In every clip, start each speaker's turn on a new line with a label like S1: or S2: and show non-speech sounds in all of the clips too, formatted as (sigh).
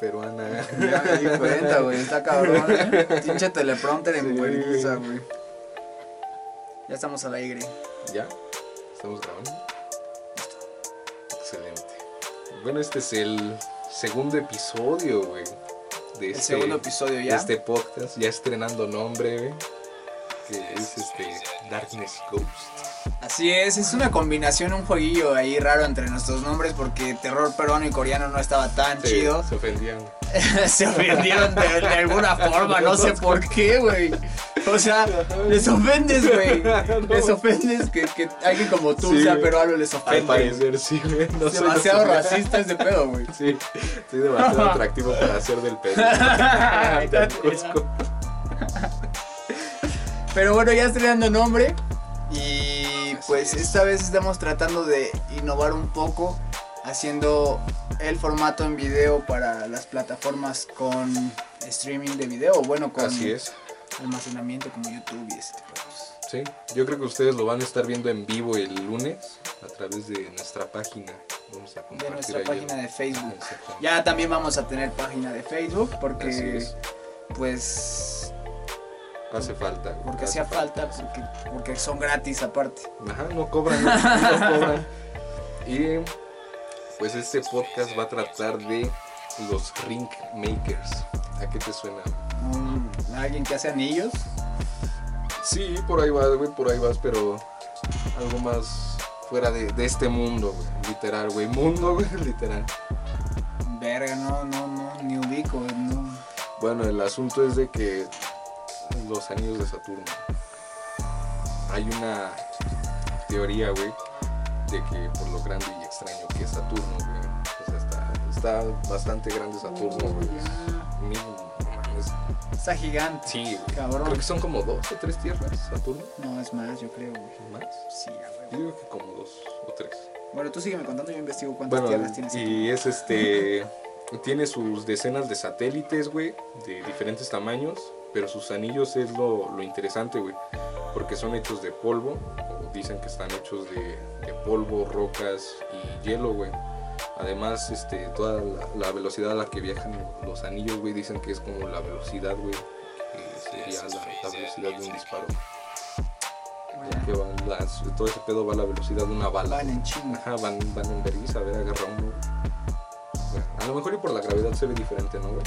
S1: peruana. (laughs)
S2: Ya me di cuenta, güey, está cabrón. ¿eh? Pinche teleprompter en
S1: Sí.
S2: Buenisa, güey. Ya estamos al aire.
S1: ¿Ya? ¿Estamos grabando? Excelente. Bueno, este es el segundo episodio, güey. De
S2: El
S1: este,
S2: segundo episodio
S1: de
S2: ya.
S1: este podcast, ya estrenando nombre, güey. Que es este Darkness Ghost.
S2: Así es, es una combinación, un jueguillo ahí raro entre nuestros nombres porque terror peruano y coreano no estaba tan
S1: Se-
S2: chido. (laughs)
S1: Se ofendían.
S2: se ofendieron de, de alguna forma, no sé por qué, güey. O sea, les ofendes,
S1: (laughs)
S2: güey. Les ofendes que, que alguien como tú
S1: Sí,
S2: sea
S1: güey.
S2: peruano les
S1: Al
S2: ofende.
S1: parecer, sí, güey. No sé, no
S2: Demasiado
S1: sé.
S2: racista ese pedo, güey.
S1: Sí, soy demasiado atractivo para hacer del
S2: (laughs)
S1: pendejo.
S2: Pero bueno, ya estrenando nombre. Y pues
S1: es.
S2: esta vez estamos tratando de innovar un poco, haciendo el formato en video para las plataformas con streaming de video, o bueno, con
S1: Así es.
S2: almacenamiento como YouTube y este cosas.
S1: Sí, yo creo que ustedes lo van a estar viendo en vivo el lunes a través de nuestra página. Vamos a compartir
S2: de nuestra
S1: ahí
S2: página
S1: el-
S2: de Facebook.
S1: Exactamente.
S2: Ya también vamos a tener página de Facebook
S1: Así
S2: porque
S1: es.
S2: pues
S1: Hace falta. güey,
S2: porque
S1: hace
S2: hacía falta porque, porque son gratis aparte.
S1: Ajá, no cobran, no, no
S2: (laughs)
S1: cobran. Y pues este podcast va a tratar de los ring makers. ¿A qué te suena?
S2: Un- alguien que hace anillos,
S1: Sí, por ahí vas, güey, por ahí vas, pero algo más fuera de, de este mundo, güey. Literal, güey. Mundo, (laughs) güey, literal.
S2: verga, no no no ni ubico, no.
S1: Bueno, el asunto es de que los anillos de Saturno. Hay una teoría, güey, de que por lo grande y extraño que es Saturno, güey. O sea, está, está bastante grande Saturno, güey.
S2: Oh, Ya.
S1: Mil- no mames.
S2: Ah, Está gigante.
S1: Sí, güey. Creo
S2: Cabrón.
S1: que son como dos o tres tierras, Saturno.
S2: No, es más, yo creo, güey.
S1: Más.
S2: Sí, a huevo.
S1: Yo digo que como dos o tres.
S2: Bueno, tú sígueme contando, yo investigo cuántas
S1: Bueno,
S2: tierras tienes aquí.
S1: y es este. Tiene sus decenas de satélites, güey, de diferentes tamaños, pero sus anillos es lo, lo interesante, güey, porque son hechos de polvo, o dicen que están hechos de, de polvo, rocas y hielo, güey. Además, este, toda la, la velocidad a la que viajan los anillos, güey, dicen que es como la velocidad, güey, que sería la, la velocidad de un disparo. Que va las- todo ese pedo va a la velocidad de una bala.
S2: Van en chinga.
S1: Ajá, van, van en vergüenza, a ver, agarra uno. Bueno, a lo mejor y por la gravedad se ve diferente, ¿no, güey?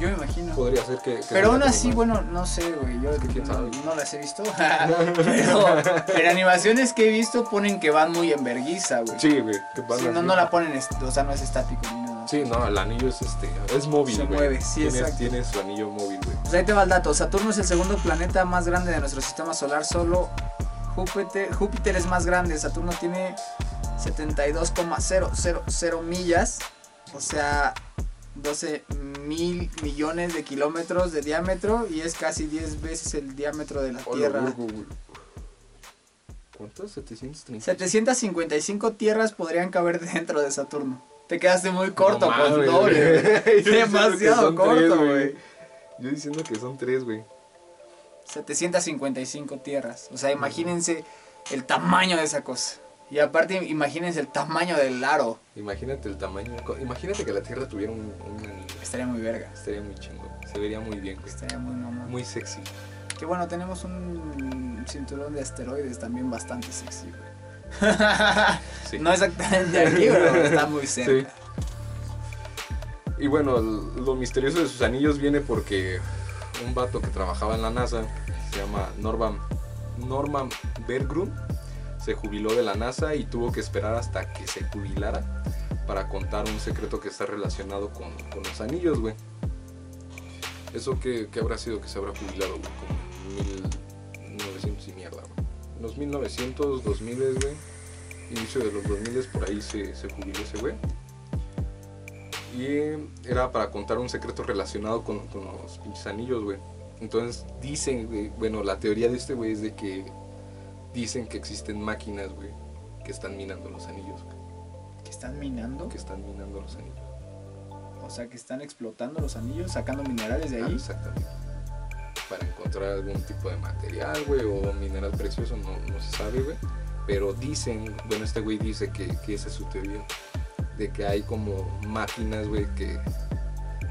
S2: Yo me imagino.
S1: Podría ser que... que sea
S2: Pero aún
S1: como
S2: así,
S1: más-
S2: bueno, no sé, güey. Yo
S1: que quién
S2: no,
S1: sabe.
S2: no las
S1: (laughs)
S2: he visto. (laughs) pero en animaciones que he visto ponen que van muy en verguiza, güey.
S1: Sí, güey. que van
S2: Si no,
S1: así.
S2: no la ponen, est- o sea, no es estático ni nada.
S1: Sí, no, el anillo es este... Es móvil,
S2: Se
S1: güey.
S2: mueve, sí,
S1: Tiene-
S2: exacto.
S1: Tiene su anillo móvil, güey.
S2: Pues ahí te va el dato. Saturno es el segundo planeta más grande de nuestro sistema solar. Solo Júpiter, Júpiter es más grande. Saturno tiene 72,000 millas. O sea, 12 mil millones de kilómetros de diámetro. Y es casi 10 veces el diámetro de la
S1: Hola,
S2: Tierra.
S1: Burgo, güey. ¿Cuántos? ¿730?
S2: 755 tierras podrían caber dentro de Saturno. Te quedaste muy corto
S1: No
S2: con
S1: mames,
S2: doble.
S1: (laughs)
S2: güey.
S1: Yo diciendo que
S2: (laughs) Demasiado
S1: son
S2: corto,
S1: tres,
S2: güey.
S1: Yo diciendo que son tres, güey.
S2: 755 tierras. O sea, imagínense el tamaño de esa cosa. Y aparte, imagínense el tamaño del aro.
S1: Imagínate el tamaño... co- Imagínate que la Tierra tuviera un... un anillo.
S2: Estaría muy verga.
S1: Estaría muy chingón. Se vería muy bien, güey.
S2: Estaría muy mamón.
S1: Muy sexy.
S2: Que bueno, tenemos un cinturón de asteroides también bastante sexy, güey. (laughs)
S1: Sí.
S2: No exactamente aquí,
S1: (laughs)
S2: pero está muy cerca.
S1: Y bueno, l- lo misterioso de sus anillos viene porque un vato que trabajaba en la NASA, se llama Norman, Norman Bergrum, se jubiló de la NASA y tuvo que esperar hasta que se jubilara para contar un secreto que está relacionado con, con los anillos, güey. ¿Eso que habrá sido que se habrá jubilado, güey? Como en 1900 y mierda, güey. En Los 1900, 2000, güey. Inicio de los 2000, por ahí se, se jubiló ese güey. Y eh, era para contar un secreto relacionado con, con los pinches anillos, güey. Entonces dicen, güey, bueno, la teoría de este güey es de que dicen que existen máquinas, güey, que están minando los anillos, güey,
S2: Que están minando.
S1: que están minando los anillos.
S2: O sea, que están explotando los anillos, sacando minerales de
S1: Ah,
S2: ahí.
S1: exactamente. Para encontrar algún tipo de material, güey, o mineral precioso, no, no se sabe, güey. Pero dicen, bueno, este güey dice que, que esa es su teoría, de que hay como máquinas, güey, que,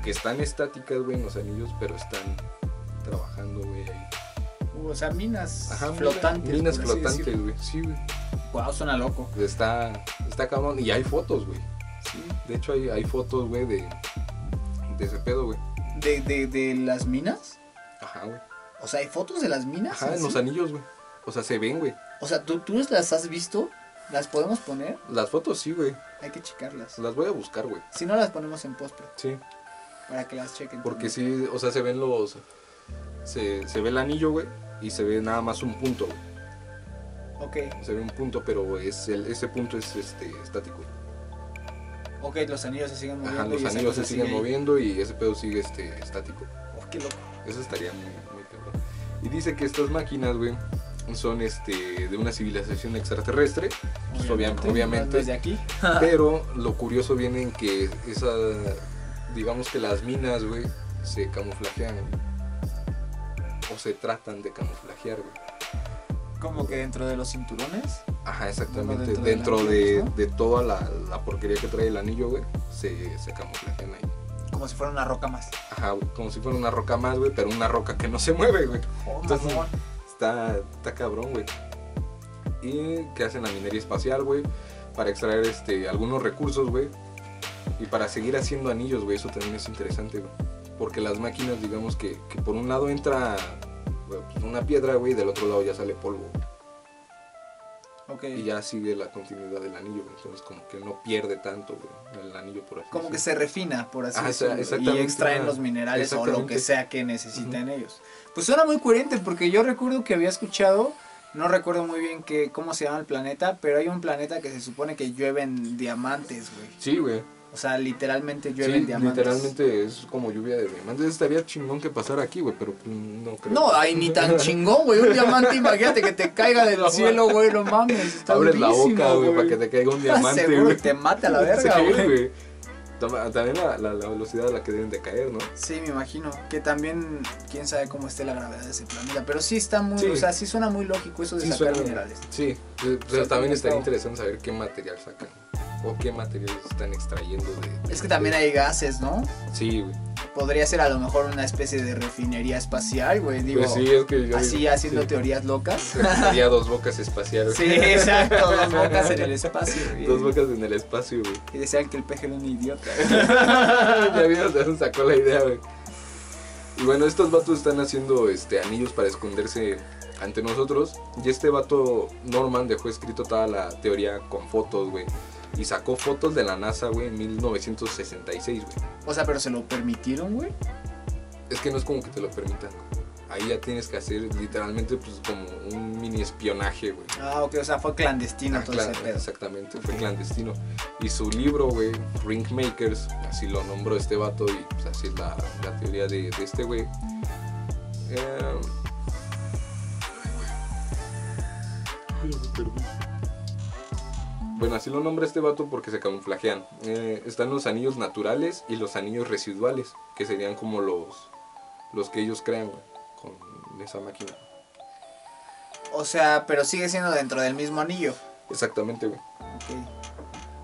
S1: que están estáticas, güey, en los anillos, pero están trabajando, güey. ahí.
S2: O sea, minas
S1: Ajá, mira,
S2: flotantes.
S1: Minas
S2: por así
S1: flotantes,
S2: decirlo.
S1: güey. Sí, güey. Pues
S2: Guau, suena loco.
S1: Está, está cabrón. Y hay fotos, güey.
S2: Sí.
S1: De hecho, hay, hay fotos, güey, de, de ese pedo, güey.
S2: ¿De, de, de las minas?
S1: Ajá, güey.
S2: O sea, ¿hay fotos de las minas?
S1: Ajá, en
S2: ¿Sí?
S1: los anillos, güey. O sea, se ven, güey.
S2: O sea, ¿tú, ¿tú las has visto? ¿Las podemos poner?
S1: Las fotos sí, güey.
S2: Hay que checarlas.
S1: Las voy a buscar, güey.
S2: Si no, las ponemos en postpro
S1: Sí.
S2: para que las chequen.
S1: Porque
S2: también.
S1: sí, o sea, se ven los. Se, se ve el anillo, güey. Y se ve nada más un punto, güey.
S2: Ok,
S1: Se ve un punto, pero es el- ese punto es este estático.
S2: ok, los anillos se siguen moviendo.
S1: Ajá, los
S2: y pues, esa
S1: anillos
S2: cosa
S1: se siguen
S2: sigue ahí.
S1: moviendo y ese pedo sigue este, estático.
S2: Oh, qué loco.
S1: Eso estaría muy, muy cabrón. Y dice que estas máquinas, güey, son este, de una civilización extraterrestre. Pues, obviamente, obviamente.
S2: Desde aquí.
S1: Pero lo curioso viene en que esa, digamos que las minas, güey, se camuflajean. güey. O se tratan de camuflajear, güey.
S2: Como que dentro de los cinturones.
S1: Ajá,
S2: Bueno,
S1: exactamente.
S2: dentro de
S1: dentro
S2: las
S1: de,
S2: minas, ¿no?
S1: de toda la, la porquería que trae el anillo, güey, se, se camuflajean ahí.
S2: Como si fuera una roca más.
S1: Ajá, güey, como si fuera una roca más, güey, pero una roca que no se mueve, güey.
S2: Oh,
S1: Entonces,
S2: mamón.
S1: Está, está cabrón, güey. Y que hacen la minería espacial, güey, para extraer este, algunos recursos, güey. Y para seguir haciendo anillos, güey, eso también es interesante, güey. Porque las máquinas, digamos que, que por un lado entra güey, pues, una piedra, güey, y del otro lado ya sale polvo. güey.
S2: Ok.
S1: Y ya sigue la continuidad del anillo, güey. Entonces como que no pierde tanto, güey, el anillo por así
S2: Como que
S1: decirlo.
S2: se refina, por así
S1: Ajá,
S2: decirlo. Y
S1: Ah, exactamente.
S2: extraen los minerales o lo
S1: Exactamente.
S2: que sea que necesitan ellos. Pues suena muy coherente porque yo recuerdo que había escuchado, no recuerdo muy bien que, cómo se llama el planeta, pero hay un planeta que se supone que llueven diamantes, güey.
S1: Sí, güey.
S2: O sea, literalmente
S1: Sí,
S2: llueven diamantes.
S1: literalmente es como lluvia de diamantes. Estaría chingón que pasara aquí, güey, pero pues, no creo.
S2: No, ay, ni tan chingón, güey. Un diamante, imagínate que te caiga del
S1: No,
S2: cielo, güey. No mames. Está
S1: Abres la
S2: durísimo, Ah,
S1: boca, güey, para que te
S2: (laughs)
S1: caiga un diamante,
S2: Seguro
S1: güey.
S2: te mata la
S1: (laughs)
S2: verga,
S1: Sí,
S2: güey.
S1: güey. Toma- También la, la- la velocidad a la que deben de caer, ¿no?
S2: Sí, me imagino. Que también, quién sabe cómo esté la gravedad de ese planeta. Pero sí está muy,
S1: Sí.
S2: o sea, sí suena muy lógico eso de
S1: Sí,
S2: sacar
S1: suena-
S2: minerales.
S1: Sí, pues, pues,
S2: sea,
S1: también
S2: sí,
S1: estaría
S2: no.
S1: interesante saber qué material sacan o qué material están extrayendo de...
S2: Es que también hay gases, ¿no?
S1: Sí, güey. Pues
S2: Podría ser a lo mejor una especie de refinería espacial, güey. Digo,
S1: Pues sí, es que yo
S2: así
S1: digo,
S2: haciendo
S1: sí. (laughs)
S2: teorías locas.
S1: Sería dos bocas espaciales.
S2: sí, exacto. Dos
S1: (laughs)
S2: bocas en el espacio, güey.
S1: Dos bocas en el espacio, güey.
S2: Y decían que el peje era un idiota.
S1: (laughs) ya vimos, ya se sacó la idea, güey. Y bueno, estos vatos están haciendo este, anillos para esconderse ante nosotros. Y este vato, Norman, dejó escrito toda la teoría con fotos, güey. Y sacó fotos de la NASA, güey, en 1966, güey.
S2: O sea, pero se lo permitieron, güey.
S1: Es que no es como que te lo permitan. Ahí ya tienes que hacer literalmente pues como un mini espionaje, güey.
S2: Ah, ok, o sea, fue clandestino
S1: Ah,
S2: todo
S1: cla-
S2: ese pedo.
S1: Exactamente, fue
S2: Ok.
S1: clandestino. Y su libro, güey, Ring Makers, así lo nombró este vato y pues, así es la, la teoría de, de este güey. Eh, ay, güey. Ay, me perdí. Bueno, así lo nombra este vato porque se camuflajean. Eh, están los anillos naturales y los anillos residuales, que serían como los, los que ellos crean güey, con esa máquina.
S2: O sea, pero sigue siendo dentro del mismo anillo.
S1: Exactamente, güey.
S2: Ok.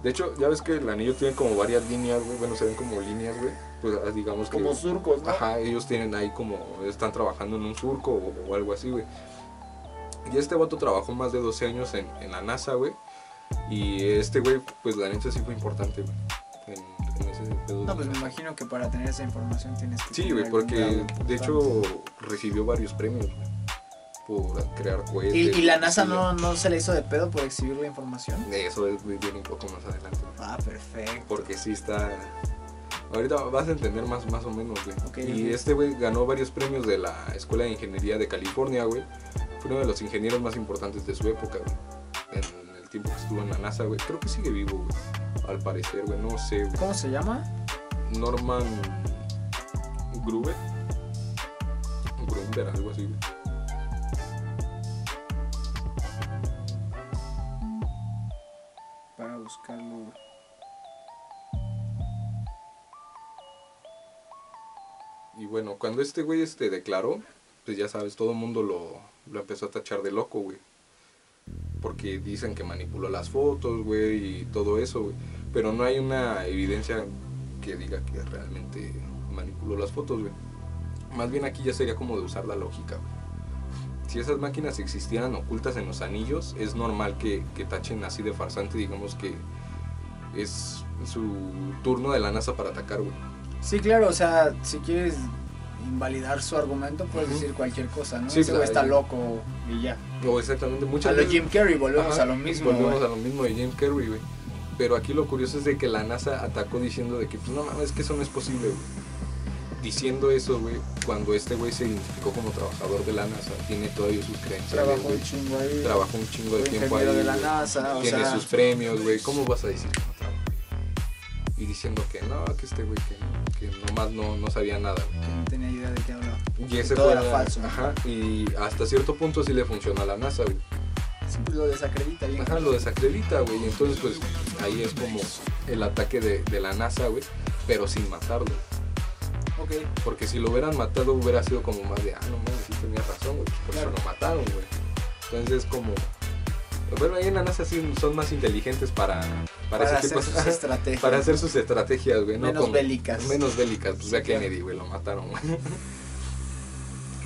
S1: De hecho, ya ves que el anillo tiene como varias líneas, güey. Bueno, se ven como líneas, güey. Pues ah, digamos que.
S2: Como surcos, ¿no?
S1: Ajá, ellos tienen ahí como. Están trabajando en un surco o, o algo así, güey. Y este vato trabajó más de 12 años en, en la NASA, güey. Y este güey, pues la neta sí fue importante, güey. En, en ese pedo.
S2: No, pues me imagino que para tener esa información tienes que...
S1: Sí,
S2: tener
S1: güey,
S2: algún grado
S1: porque de
S2: importante.
S1: hecho recibió varios premios, güey. Por crear cohetes.
S2: ¿Y, y la NASA
S1: sí,
S2: no, no se le hizo de pedo por exhibir la información?
S1: Eso es, güey, viene un poco más adelante, güey.
S2: Ah, perfecto.
S1: porque sí está. Ahorita vas a entender más, más o menos, güey.
S2: Ok,
S1: y
S2: ok.
S1: este güey ganó varios premios de la Escuela de Ingeniería de California, güey. Fue uno de los ingenieros más importantes de su época, güey. En, en el tiempo que estuvo en la NASA, güey. Creo que sigue vivo, güey. Al parecer, güey. No sé, güey.
S2: ¿Cómo se llama?
S1: Norman Gruber. Gruber, algo así, güey.
S2: Para buscarlo, güey.
S1: Y bueno, cuando este güey este declaró, pues ya sabes, todo el mundo lo, lo empezó a tachar de loco, güey. Porque dicen que manipuló las fotos, güey, y todo eso, güey. Pero no hay una evidencia que diga que realmente manipuló las fotos, güey. Más bien aquí ya sería como de usar la lógica, güey. Si esas máquinas existieran ocultas en los anillos, es normal que, que tachen así de farsante, digamos que es su turno de la NASA para atacar, güey.
S2: Sí, claro, o sea, si quieres invalidar su argumento, puedes
S1: Ujú.
S2: decir cualquier cosa, ¿no?
S1: Sí,
S2: Ese güey
S1: claro.
S2: está loco y ya.
S1: O exactamente muchas
S2: a lo
S1: veces-
S2: Jim Carrey, volvemos
S1: Ajá,
S2: a lo mismo.
S1: Volvemos
S2: güey.
S1: a lo mismo de Jim Carrey, güey. Pero aquí lo curioso es de que la NASA atacó diciendo de que, pues no mames, que eso no es posible, güey. Diciendo eso, güey, cuando este güey se identificó como trabajador de la NASA, tiene todavía sus credenciales,
S2: Trabajó
S1: güey.
S2: un chingo ahí.
S1: Trabajó un chingo de
S2: fue
S1: tiempo ahí,
S2: ingeniero de la
S1: güey.
S2: NASA, o
S1: tiene
S2: sea,
S1: sus premios, güey. ¿Cómo vas a decir que no trabajó, güey? Y diciendo que no, que este güey que, que nomás no, no sabía nada, güey.
S2: que no tenía idea de qué hablaba.
S1: Y ese
S2: todo
S1: fue
S2: era
S1: la-
S2: falso.
S1: Ajá, y hasta cierto punto sí le funcionó a la NASA, güey.
S2: Sí, pues lo desacredita bien.
S1: Ajá, lo desacredita, güey. Entonces, pues ahí es como el ataque de, de la NASA, güey. Pero sin matarlo.
S2: Ok,
S1: Porque si lo hubieran matado, hubiera sido como más de, ah, no mames, sí tenía razón, güey. Por
S2: Claro.
S1: eso lo mataron, güey. Entonces, es como. Bueno, ahí en la NASA sí son más inteligentes para, para,
S2: para,
S1: ese
S2: hacer
S1: tipo-
S2: sus
S1: (laughs)
S2: estrategias.
S1: para hacer sus estrategias, güey. ¿no?
S2: menos
S1: Como-
S2: bélicas.
S1: Menos bélicas, pues ya Kennedy, güey, lo mataron, güey.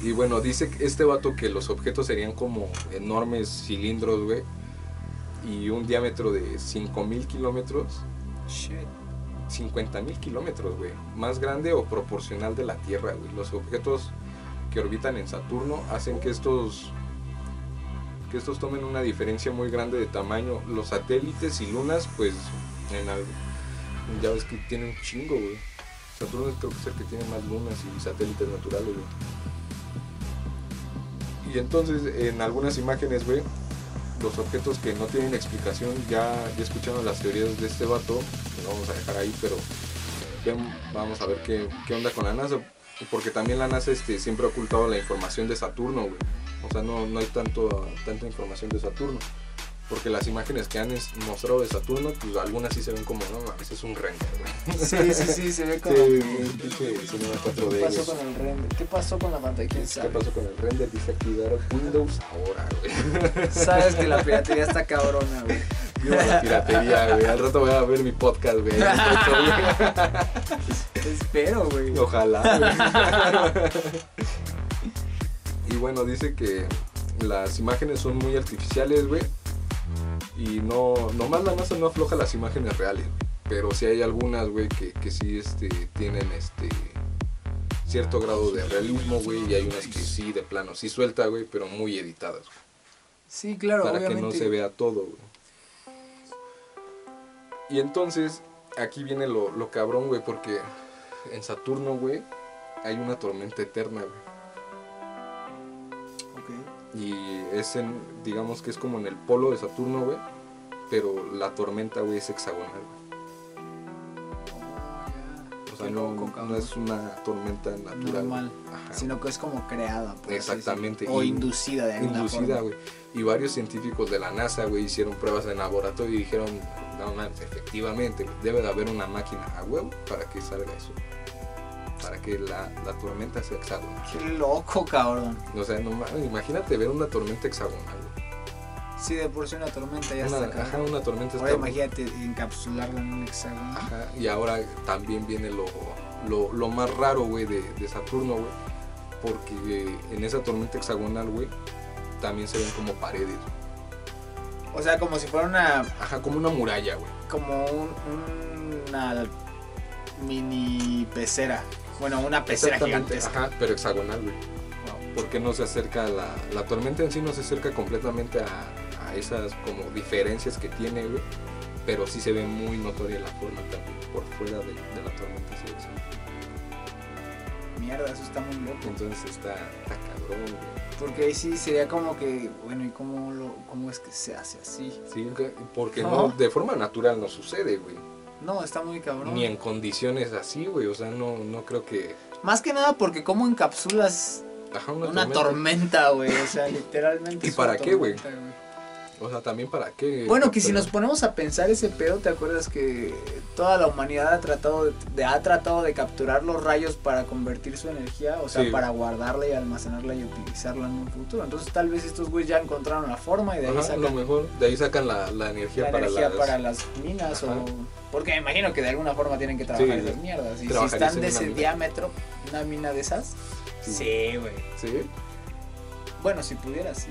S1: Y bueno, dice que este vato que los objetos serían como enormes cilindros, güey, y un diámetro de 5000 kilómetros,
S2: Shit.
S1: 50.000 kilómetros, güey, más grande o proporcional de la Tierra, güey. Los objetos que orbitan en Saturno hacen que estos que estos tomen una diferencia muy grande de tamaño. Los satélites y lunas, pues, en algo. Ya ves que tienen un chingo, güey. Saturno creo que es el que tiene más lunas y satélites naturales, güey. Y entonces, en algunas imágenes, güey, los objetos que no tienen explicación, ya, ya escucharon las teorías de este vato, lo vamos a dejar ahí, pero ven- vamos a ver qué, qué onda con la NASA. Porque también la NASA este, siempre ha ocultado la información de Saturno, güey. O sea, no, no hay tanto, tanta información de Saturno. Porque las imágenes que han es- mostrado de Saturno, pues algunas sí se ven como, no, mames, es un render, güey.
S2: Sí, sí, sí, se ve
S1: Sí,
S2: como. que-
S1: un pinche cinema 4D,
S2: ¿Qué
S1: güey.
S2: pasó con el render? ¿Qué pasó con la pantalla? ¿Quién
S1: ¿Qué
S2: sabe?
S1: pasó con el render? Dice activar Windows ahora, güey.
S2: Sabes que la piratería está cabrona, güey.
S1: Viva la piratería, güey. Al rato voy a ver mi podcast, güey. (laughs)
S2: Espero, güey.
S1: Ojalá. güey. Y bueno, dice que las imágenes son muy artificiales, güey. Y no, nomás la NASA no afloja las imágenes reales. Pero sí hay algunas, güey, que, que sí este, tienen este cierto grado de realismo, güey. Y hay unas que sí, de plano, sí suelta, güey, pero muy editadas. güey.
S2: Sí, claro,
S1: para
S2: obviamente.
S1: que no se vea todo, güey. Y entonces, aquí viene lo, lo cabrón, güey, porque en Saturno, güey, hay una tormenta eterna, güey.
S2: Ok.
S1: Y es en, digamos que es como en el polo de Saturno, güey, pero la tormenta, güey, es hexagonal, güey. O sea,
S2: Qué
S1: no,
S2: loco, cabrón.
S1: no es una tormenta natural. güey.
S2: Normal.
S1: Ajá.
S2: Sino que es como creada. por así
S1: Exactamente.
S2: decirlo. O
S1: Y-
S2: inducida de alguna
S1: inducida,
S2: forma.
S1: güey. Y varios científicos de la NASA, güey, hicieron pruebas en laboratorio y dijeron, no mames, efectivamente, debe de haber una máquina a huevo para que salga eso. Para que la, la tormenta sea hexagonal.
S2: Qué loco, cabrón.
S1: O sea, no mames, imagínate ver una tormenta hexagonal. güey.
S2: Sí, de por sí una tormenta ya
S1: Una,
S2: está
S1: ajá,
S2: cabrón.
S1: una tormenta
S2: Ahora
S1: hexagonal.
S2: imagínate encapsularlo en un hexágono.
S1: Ajá, y ahora también viene lo, lo- lo más raro, güey, de, de Saturno, güey. Porque eh, en esa tormenta hexagonal, güey, también se ven como paredes. güey.
S2: O sea, como si fuera una.
S1: Ajá, como una muralla, güey.
S2: Como un- una mini pecera. Bueno, una pecera
S1: Exactamente,
S2: gigantesca.
S1: Ajá, pero hexagonal, güey. Porque no se acerca a la, la tormenta en sí, no se acerca completamente a, a esas como diferencias que tiene, güey. Pero sí se ve muy notoria la forma también por fuera de, de la tormenta. sí, sí.
S2: Mierda, eso está muy loco.
S1: Entonces está, está cabrón, güey.
S2: Porque ahí sí sería como que, bueno, ¿y cómo, lo, cómo es que se hace así?
S1: Sí, que- porque no,
S2: Ajá.
S1: de forma natural no sucede, güey.
S2: No, está muy cabrón.
S1: Ni en condiciones así, güey. O sea, no, no creo que...
S2: Más que nada porque cómo encapsulas
S1: Ajá,
S2: una tormenta, güey. O sea, literalmente.
S1: ¿Y
S2: es una
S1: para qué, güey?
S2: tormenta,
S1: O sea, también para qué.
S2: Bueno, que si
S1: Pero-
S2: nos ponemos a pensar ese pedo, ¿te acuerdas que toda la humanidad ha tratado de, de- ha tratado de capturar los rayos para convertir su energía, o sea,
S1: Sí.
S2: para guardarla y almacenarla y utilizarla en un futuro? Entonces tal vez estos güeyes ya encontraron la forma y de ahí
S1: Ajá, a lo
S2: sacan
S1: mejor. De ahí sacan la, la energía
S2: la
S1: para
S2: energía
S1: las-
S2: para las minas
S1: Ajá.
S2: o... Porque me imagino que de alguna forma tienen que trabajar
S1: Sí,
S2: esas mierdas. Y si
S1: trabajarías
S2: están de
S1: en una
S2: ese
S1: mina.
S2: diámetro, una mina de esas,
S1: Sí.
S2: sí, güey.
S1: ¿Sí?
S2: Bueno, si pudiera,
S1: (laughs)
S2: sí.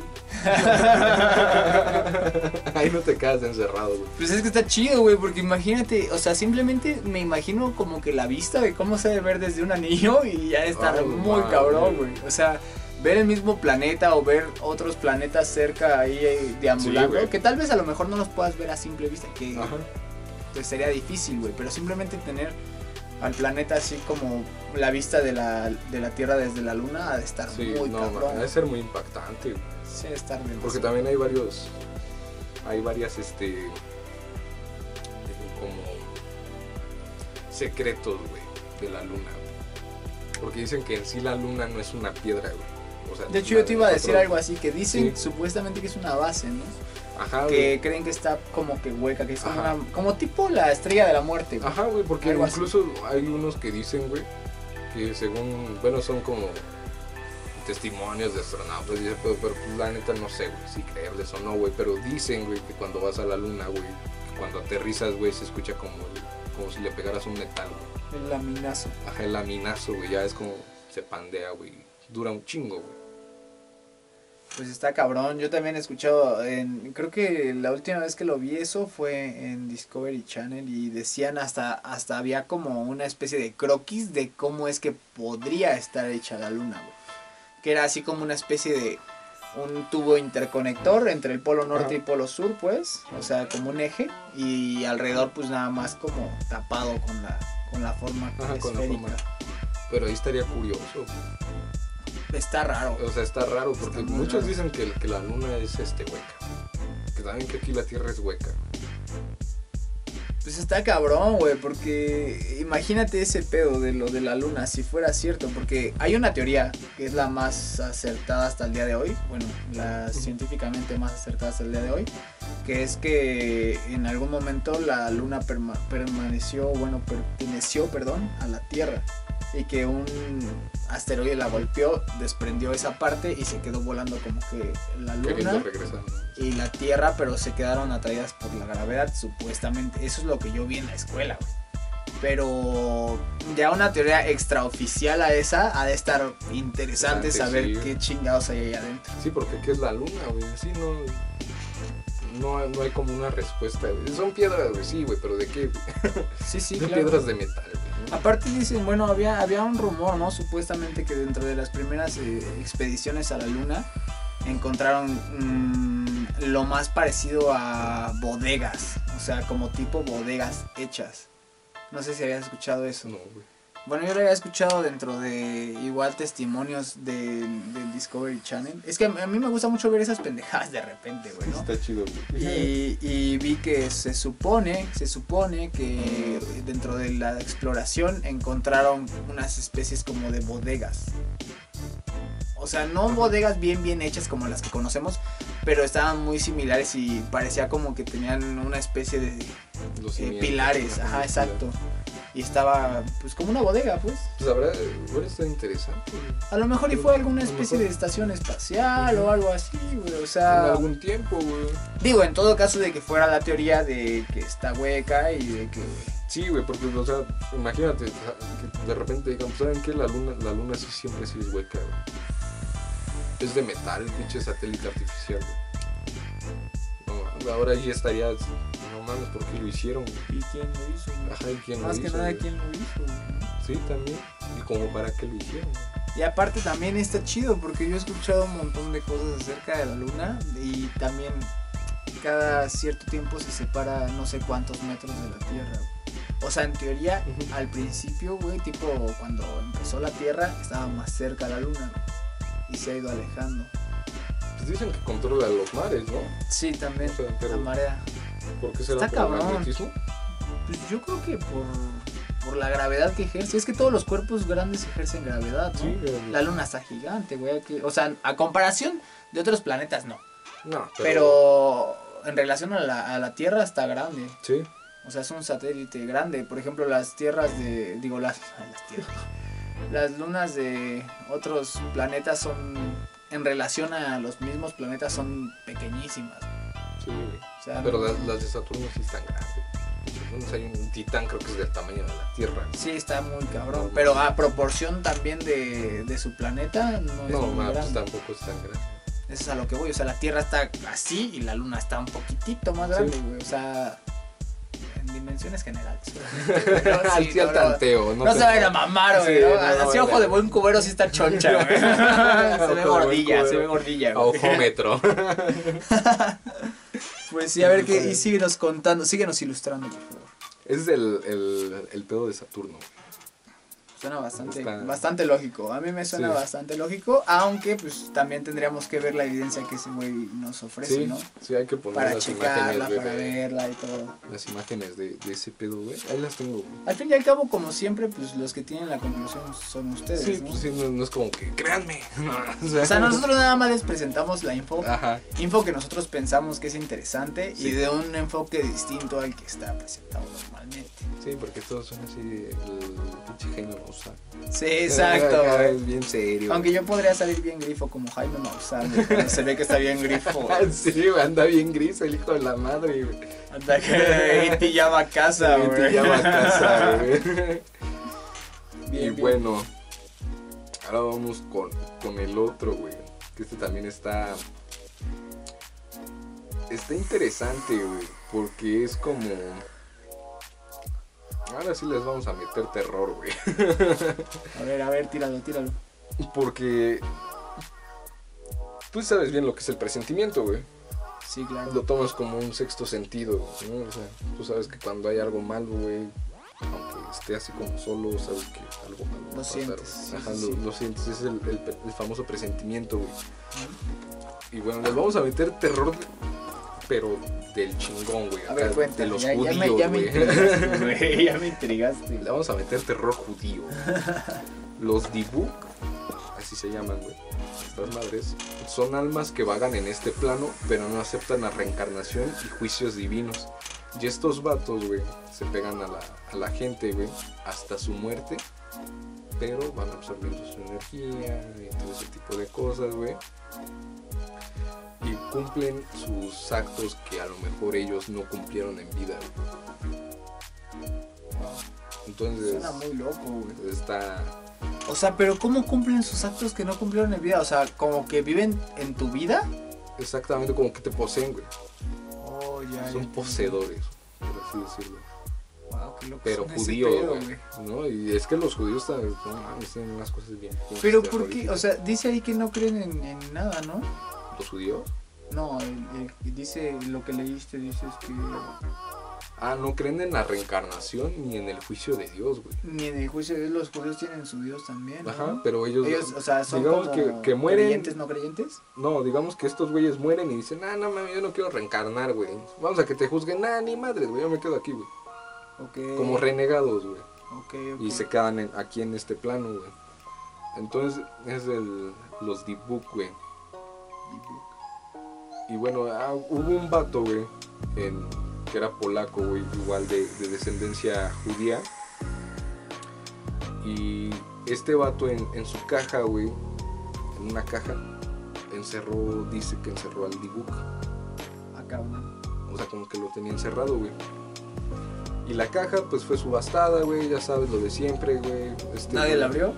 S1: Ahí no te quedas encerrado, güey.
S2: Pues es que está chido, güey, porque imagínate, o sea, simplemente me imagino como que la vista de cómo se debe ver desde un anillo y ya está
S1: Oh,
S2: muy
S1: wow,
S2: cabrón,
S1: güey.
S2: güey. O sea, ver el mismo planeta o ver otros planetas cerca ahí eh, deambulando,
S1: güey.
S2: que tal vez a lo mejor no los puedas ver a simple vista, que
S1: Ajá.
S2: pues, sería difícil, güey, pero simplemente tener al planeta así como la vista de la, de la Tierra desde la Luna ha de estar
S1: Sí,
S2: muy
S1: no, man,
S2: cabrón.
S1: ha de ser muy impactante, güey.
S2: Sí, ha de estar
S1: Porque
S2: demasiado.
S1: también hay varios. Hay varias, este. Como. Secretos, güey. De la luna, güey. Porque dicen que en sí la luna no es una piedra, güey. O sea,
S2: De hecho,
S1: la
S2: yo te iba a decir algo
S1: nosotros-
S2: así, que dicen
S1: Sí.
S2: supuestamente que es una base, ¿no?
S1: Ajá,
S2: que
S1: güey.
S2: creen que está como que hueca, que es como,
S1: Ajá. Ah.
S2: una- como tipo la estrella de la muerte. güey.
S1: Ajá, güey, porque
S2: Algo así.
S1: incluso hay unos que dicen, güey, que según, bueno, son como testimonios de astronautas, y eso, pero, pero pues, la neta no sé, güey, si creerles o no, güey, pero dicen, güey, que cuando vas a la luna, güey, que cuando aterrizas, güey, se escucha como, como si le pegaras un metal, güey.
S2: El laminazo.
S1: Ajá, el laminazo, güey, ya es como se pandea, güey, dura un chingo, güey.
S2: Pues está cabrón. Yo también he escuchado, en, creo que la última vez que lo vi eso fue en Discovery Channel y decían hasta, hasta había como una especie de croquis de cómo es que podría estar hecha la luna, güey. Que era así como una especie de un tubo interconector entre el polo norte
S1: Ajá.
S2: y polo sur, pues, o sea, como un eje y alrededor pues nada más como tapado con la, con la forma
S1: Ajá, con la
S2: esférica.
S1: forma. Pero ahí estaría curioso, güey.
S2: Está raro.
S1: o sea, está raro, porque
S2: Está muy
S1: muchos
S2: raro.
S1: dicen que, que la luna es, este, hueca, que saben que aquí la Tierra es hueca,
S2: Pues está cabrón, güey, porque imagínate ese pedo de lo de la luna, si fuera cierto, porque hay una teoría que es la más acertada hasta el día de hoy, bueno, la científicamente más acertada hasta el día de hoy, que es que en algún momento la luna perma- permaneció, bueno, perteneció, perdón, a la Tierra y que un asteroide la golpeó, desprendió esa parte y se quedó volando como que la
S1: queriendo
S2: luna
S1: regresar.
S2: y la Tierra, pero se quedaron atraídas por la gravedad, supuestamente. Eso es lo que yo vi en la escuela, güey. Pero ya una teoría extraoficial a esa ha de estar interesante
S1: Interesante,
S2: saber
S1: sí.
S2: qué chingados hay ahí adentro.
S1: Sí, porque ¿qué es la luna, güey? Sí, no, no, no hay como una respuesta, güey. Son piedras, güey, sí, güey, pero ¿de qué? güey?
S2: Sí, sí, Ah.
S1: Son piedras de metal, güey. ¿no?
S2: Aparte dicen, bueno, había, había un rumor, ¿no? Supuestamente que dentro de las primeras eh, expediciones a la luna encontraron mm, lo más parecido a bodegas, o sea, como tipo bodegas hechas. No sé si habías escuchado eso.
S1: No, güey.
S2: Bueno, yo lo había escuchado dentro de igual testimonios del, del Discovery Channel. Es que a mí me gusta mucho ver esas pendejadas de repente, güey, ¿no?
S1: chido, güey.
S2: Y, y vi que se supone, se supone que dentro de la exploración encontraron unas especies como de bodegas. O sea, no bodegas bien bien hechas como las que conocemos, pero estaban muy similares y parecía como que tenían una especie de
S1: Los
S2: eh,
S1: cimientos,
S2: pilares,
S1: ¿no?
S2: ajá,
S1: Los
S2: exacto.
S1: pilares.
S2: Y estaba pues como una bodega, pues.
S1: Pues habrá, güey, está interesante. güey.
S2: A lo mejor y fue alguna especie de estación espacial o algo así, güey. O sea,
S1: En algún tiempo, güey.
S2: digo, en todo caso de que fuera la teoría de que está hueca y de que
S1: Sí, güey, porque, o sea, imagínate, o sea, que de repente digamos, ¿saben qué? La luna, la luna sí siempre sí es hueca, güey. Es de metal, el pinche satélite artificial, güey. No, mames, ahora ahí estaría, así, no mames, ¿por qué lo hicieron? güey?
S2: y quién lo hizo.
S1: Ajá, ¿y quién
S2: Más
S1: lo
S2: que
S1: hizo,
S2: nada
S1: güey?
S2: quién lo hizo. güey?
S1: Sí, también. ¿Y como para qué lo hicieron? güey?
S2: Y aparte también está chido porque yo he escuchado un montón de cosas acerca de la luna y también cada cierto tiempo se separa no sé cuántos metros de la Tierra. güey. O sea, en teoría,
S1: Ujú.
S2: al principio, güey, tipo cuando empezó la Tierra, estaba más cerca la luna güey, y se ha ido alejando.
S1: Pues dicen que controla los mares, ¿no?
S2: Sí, también,
S1: O sea, pero-
S2: la marea.
S1: ¿Por qué será
S2: Está
S1: por el
S2: cabrón.
S1: magnetismo?
S2: Pues yo creo que por, por la gravedad que ejerce. Es que todos los cuerpos grandes ejercen gravedad, ¿no?
S1: Sí, güey.
S2: La luna está gigante, güey. aquí- O sea, a comparación de otros planetas, no.
S1: No,
S2: Pero en relación a la, a la Tierra está grande.
S1: Sí,
S2: O sea, es un satélite grande. Por ejemplo, las tierras de. Digo, las. (laughs) ay, las tierras. Las lunas de otros planetas son. En relación a los mismos planetas son pequeñísimas.
S1: sí, güey.
S2: O sea,
S1: Pero las, las de Saturno sí están grandes. Saturno, hay un titán, creo que es del tamaño de la Tierra.
S2: sí está muy cabrón. Pero a proporción también de, de su planeta no es
S1: No,
S2: muy
S1: ma, pues
S2: grande.
S1: tampoco es tan grande.
S2: Eso es a lo que voy. O sea, la Tierra está así y la Luna está un poquitito más
S1: Sí.
S2: grande, güey. O sea, en dimensiones
S1: (laughs)
S2: generales. Pero sí,
S1: Al sí, al
S2: (laughs) no,
S1: tanteo.
S2: No,
S1: te-
S2: se vayan a mamar, güey.
S1: Sí,
S2: ¿no?
S1: no, no,
S2: Así ojo
S1: no.
S2: de buen cubero sí está
S1: (laughs)
S2: choncha, güey. (laughs) se
S1: Ojo de
S2: ve
S1: buen
S2: gordilla, se
S1: cubero.
S2: ve
S1: (laughs)
S2: gordilla,
S1: A
S2: güey.
S1: ojómetro.
S2: Pues sí, a ver qué. Y síguenos contando, síguenos ilustrando, por favor.
S1: (laughs) Ese es el, el, el pedo de Saturno. güey.
S2: Suena bastante,
S1: Está-
S2: bastante lógico. A mí me suena
S1: Sí.
S2: bastante lógico, aunque pues también tendríamos que ver la evidencia que ese güey nos ofrece,
S1: Sí,
S2: ¿no?
S1: sí, hay que poner
S2: Para
S1: las imágenes,
S2: checarla,
S1: güey,
S2: para
S1: de-
S2: verla y todo.
S1: Las imágenes de, de ese pedo, güey. Ahí las tengo, güey.
S2: Al fin y al cabo, como siempre, pues los que tienen la conclusión son ustedes,
S1: Sí,
S2: ¿no?
S1: pues sí, no, no es como que, créanme. (laughs) No,
S2: O sea, nosotros nada más les presentamos la info.
S1: Ajá,
S2: info que nosotros pensamos que es interesante y
S1: Ah. Sí.
S2: de un enfoque distinto al que está presentado normalmente.
S1: sí, porque todos son así, el pinche Jaime Maussan.
S2: Sí,
S1: Eh,
S2: exacto.
S1: Ajá, Es bien serio.
S2: Aunque yo podría salir bien grifo como Jaime Maussan, güey, pero se ve que está
S1: (laughs)
S2: bien grifo.
S1: Ah, Sí, güey, anda bien gris el hijo de la madre, güey.
S2: Hasta que (laughs) E.T. llama a casa,
S1: Y
S2: güey.
S1: te E llama
S2: (laughs)
S1: a casa, güey.
S2: Bien,
S1: y
S2: bien.
S1: bueno, ahora vamos con, con el otro, güey. Que este también está. Está interesante, güey. Porque es como. Ahora sí les vamos a meter terror, güey. (laughs)
S2: A ver, a ver, tíralo, tíralo.
S1: Porque. Tú sabes bien lo que es el presentimiento, güey.
S2: Sí, claro.
S1: Lo tomas como un sexto sentido, ¿no? O sea, tú sabes que cuando hay algo malo, güey, aunque esté así como solo, sabes que algo malo va a
S2: Lo
S1: pasar.
S2: sientes, sí,
S1: Ajá,
S2: sí,
S1: lo,
S2: sí.
S1: lo sientes, es el, el pe- el famoso presentimiento, güey. Y bueno, les vamos a meter terror, pero del chingón, güey.
S2: A
S1: acá,
S2: ver,
S1: de
S2: cuéntame.
S1: los
S2: Ya, ya
S1: judíos,
S2: me, ya me
S1: güey. (laughs)
S2: intrigaste, güey. Ya me intrigaste.
S1: Le vamos a meter terror judío. Los Dibuk, así se llaman, güey. Estas madres son almas que vagan en este plano, pero no aceptan la reencarnación y juicios divinos. Y estos vatos, güey, se pegan a la, a la gente, güey, hasta su muerte, pero van absorbiendo su energía y todo ese tipo de cosas, güey. Y cumplen sus actos que a lo mejor ellos no cumplieron en vida, güey. Entonces.
S2: Suena muy loco, güey.
S1: Está.
S2: O sea, pero ¿cómo cumplen sus actos que no cumplieron en vida? O sea, como que viven en tu vida.
S1: Exactamente como que te poseen, güey.
S2: Oh, ya, ya
S1: Son
S2: entendí.
S1: poseedores, por así decirlo.
S2: Wow, qué loco
S1: Pero
S2: suena ese
S1: judíos,
S2: pedo,
S1: güey. ¿No? Y es que los judíos están, no mames, tienen unas cosas bien. pinches
S2: Pero ¿por qué? O
S1: terroríficas.
S2: sea, dice ahí que no creen en, en nada, ¿no?
S1: ¿Los judíos?
S2: No, el- el- dice lo que leíste, dices que
S1: Ah, no creen en la reencarnación ni en el juicio de Dios, güey.
S2: ni en el juicio de Dios, los judíos tienen su Dios también. ¿no?
S1: Ajá, pero ellos.
S2: Ellos, o sea, son
S1: digamos
S2: como
S1: que- que mueren-
S2: creyentes, no creyentes.
S1: No, digamos que estos güeyes mueren y dicen, ah, no mames, yo no quiero reencarnar, güey. Vamos a que te juzguen, ah, ni madres, güey, yo me quedo aquí, güey.
S2: Okay.
S1: Como renegados, güey.
S2: ok, ok.
S1: y se quedan en- aquí en este plano, güey. Entonces es el, los Dibuk, güey. Y bueno, ah, hubo un vato, güey, en- que era polaco, güey, igual de, de descendencia judía. Y este vato en, en su caja, güey, en una caja, encerró, dice que encerró al Dibuk.
S2: Ah, cabrón.
S1: O sea, como que lo tenía encerrado, güey. Y la caja, pues fue subastada, güey, ya sabes lo de siempre, güey. Este,
S2: ¿Nadie la abrió?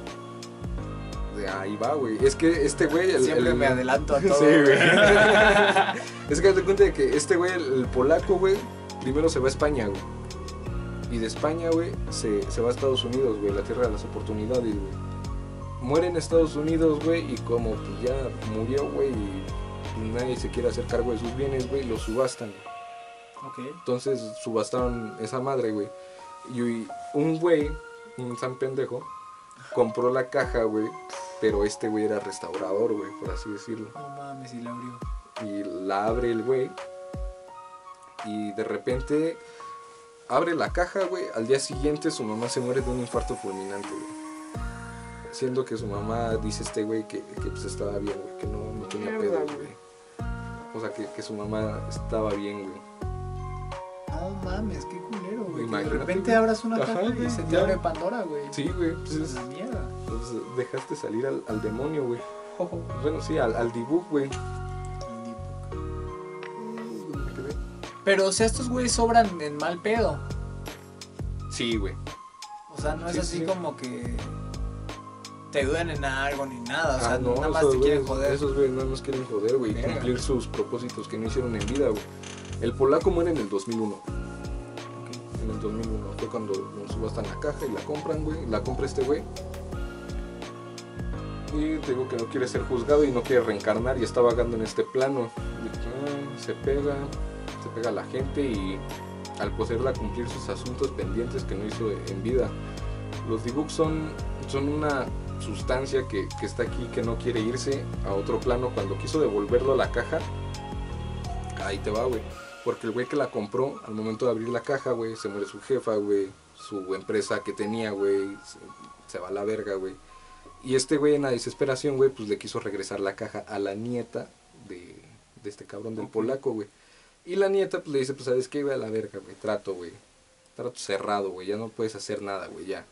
S1: de ahí va, güey. Es que este güey. el-
S2: Siempre
S1: el-
S2: me adelanto a todo.
S1: (laughs) Sí, güey. es que te cuenta de que este güey, el, el polaco, güey, primero se va a España, güey. Y de España, güey, se, se va a Estados Unidos, güey, la tierra de las oportunidades, güey. Muere en Estados Unidos, güey, y como pues, ya murió, güey, y nadie se quiere hacer cargo de sus bienes, güey, lo subastan.
S2: Ok.
S1: Entonces subastaron esa madre, güey. Y un güey, un san pendejo, compró la caja, güey. Pero este güey era restaurador, güey, por así decirlo.
S2: No mames, si la abrió.
S1: Y la abre el güey. Y de repente abre la caja, güey. Al día siguiente su mamá se muere de un infarto fulminante, güey. Siendo que su mamá dice este güey que, que, pues estaba bien, güey, que no, no tenía
S2: Mierda,
S1: pedo,
S2: güey.
S1: güey. O sea, que, que su mamá estaba bien, güey.
S2: No mames, qué culero, güey. que De
S1: Imagínate,
S2: repente
S1: güey.
S2: abras una
S1: Ajá,
S2: caja
S1: güey,
S2: y se te
S1: ya.
S2: abre Pandora, güey.
S1: Sí, güey.
S2: Pues
S1: Pues,
S2: es la
S1: es-
S2: mierda.
S1: pues, dejaste salir al, al demonio, güey. Bueno, sí, al, al dibujo, güey.
S2: Pero, o sea, estos güeyes sobran en mal pedo.
S1: Sí, güey.
S2: O sea, no es
S1: Sí,
S2: así
S1: sí.
S2: como que te duden en algo ni nada. O sea,
S1: Ah, no,
S2: nada más
S1: esos
S2: te quieren
S1: güeyes-
S2: joder.
S1: Esos güeyes nada más quieren joder, güey. y
S2: Verga.
S1: Cumplir sus propósitos que no hicieron en vida, güey. El polaco muere en el 2001.
S2: Ok.
S1: En el 2001 fue cuando nos subastan la caja y la compran, güey. La compra este güey. Y te digo que no quiere ser juzgado y no quiere reencarnar y está vagando en este plano. Y, ah, se pega, se pega a la gente y al poseerla cumplir sus asuntos pendientes que no hizo en vida. Los dibuks son, son una sustancia que, que está aquí, que no quiere irse a otro plano. Cuando quiso devolverlo a la caja, ahí te va, güey. Porque el güey que la compró, al momento de abrir la caja, güey, se muere su jefa, güey, su empresa que tenía, güey, se, se va a la verga, güey. Y este güey en la desesperación, güey, pues le quiso regresar la caja a la nieta de, de este cabrón del
S2: Ok.
S1: polaco, güey. Y la nieta pues le dice, pues sabes qué, güey, a la verga, güey, trato, güey. Trato cerrado, güey, ya no puedes hacer nada, güey, ya.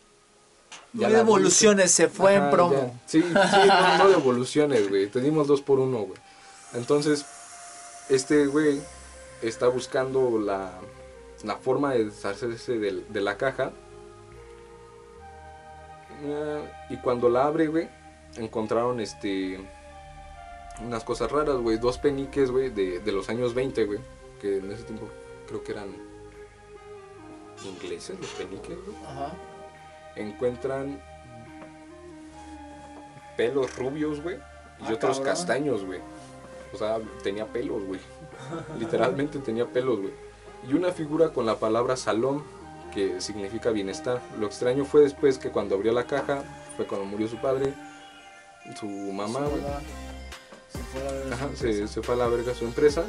S2: No
S1: Ya
S2: hay
S1: la
S2: devoluciones, se fue
S1: Ajá,
S2: en promo.
S1: ya. Sí, sí, no, no devoluciones, güey. Te dimos dos por uno, güey. Entonces, este güey está buscando la, la forma de deshacerse del- de, la caja. Eh, Y cuando la abre, güey, encontraron este unas cosas raras, güey. Dos peniques, güey, de, de los años 20, güey. Que en ese tiempo creo que eran ingleses los peniques, güey
S2: Ajá.
S1: encuentran pelos rubios, güey, y
S2: Ah,
S1: otros
S2: cabrón.
S1: castaños, güey. O sea, tenía pelos,
S2: (laughs)
S1: güey. Literalmente tenía pelos, güey. Y una figura con la palabra salón, que significa bienestar. Lo extraño fue después que cuando abrió la caja, fue cuando murió su padre, su mamá,
S2: Se
S1: güey.
S2: fue la- Se fue la verga.
S1: Ajá, se, se fue a la verga su empresa.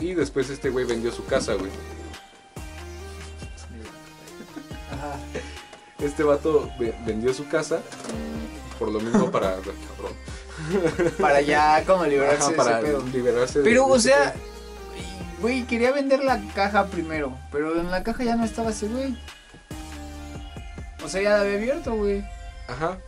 S1: Y después este güey vendió su casa, güey.
S2: Ajá.
S1: Este vato ve- vendió su casa, por lo mismo para... cabrón.
S2: Para ya como
S1: Ajá,
S2: liberarse de
S1: para
S2: ese pedo.
S1: liberarse de-
S2: Pero,
S1: de
S2: o
S1: ese
S2: sea,
S1: pedo.
S2: güey, quería vender la caja primero, pero en la caja ya no estaba ese güey. O sea, ya la había abierto, güey.
S1: Ajá,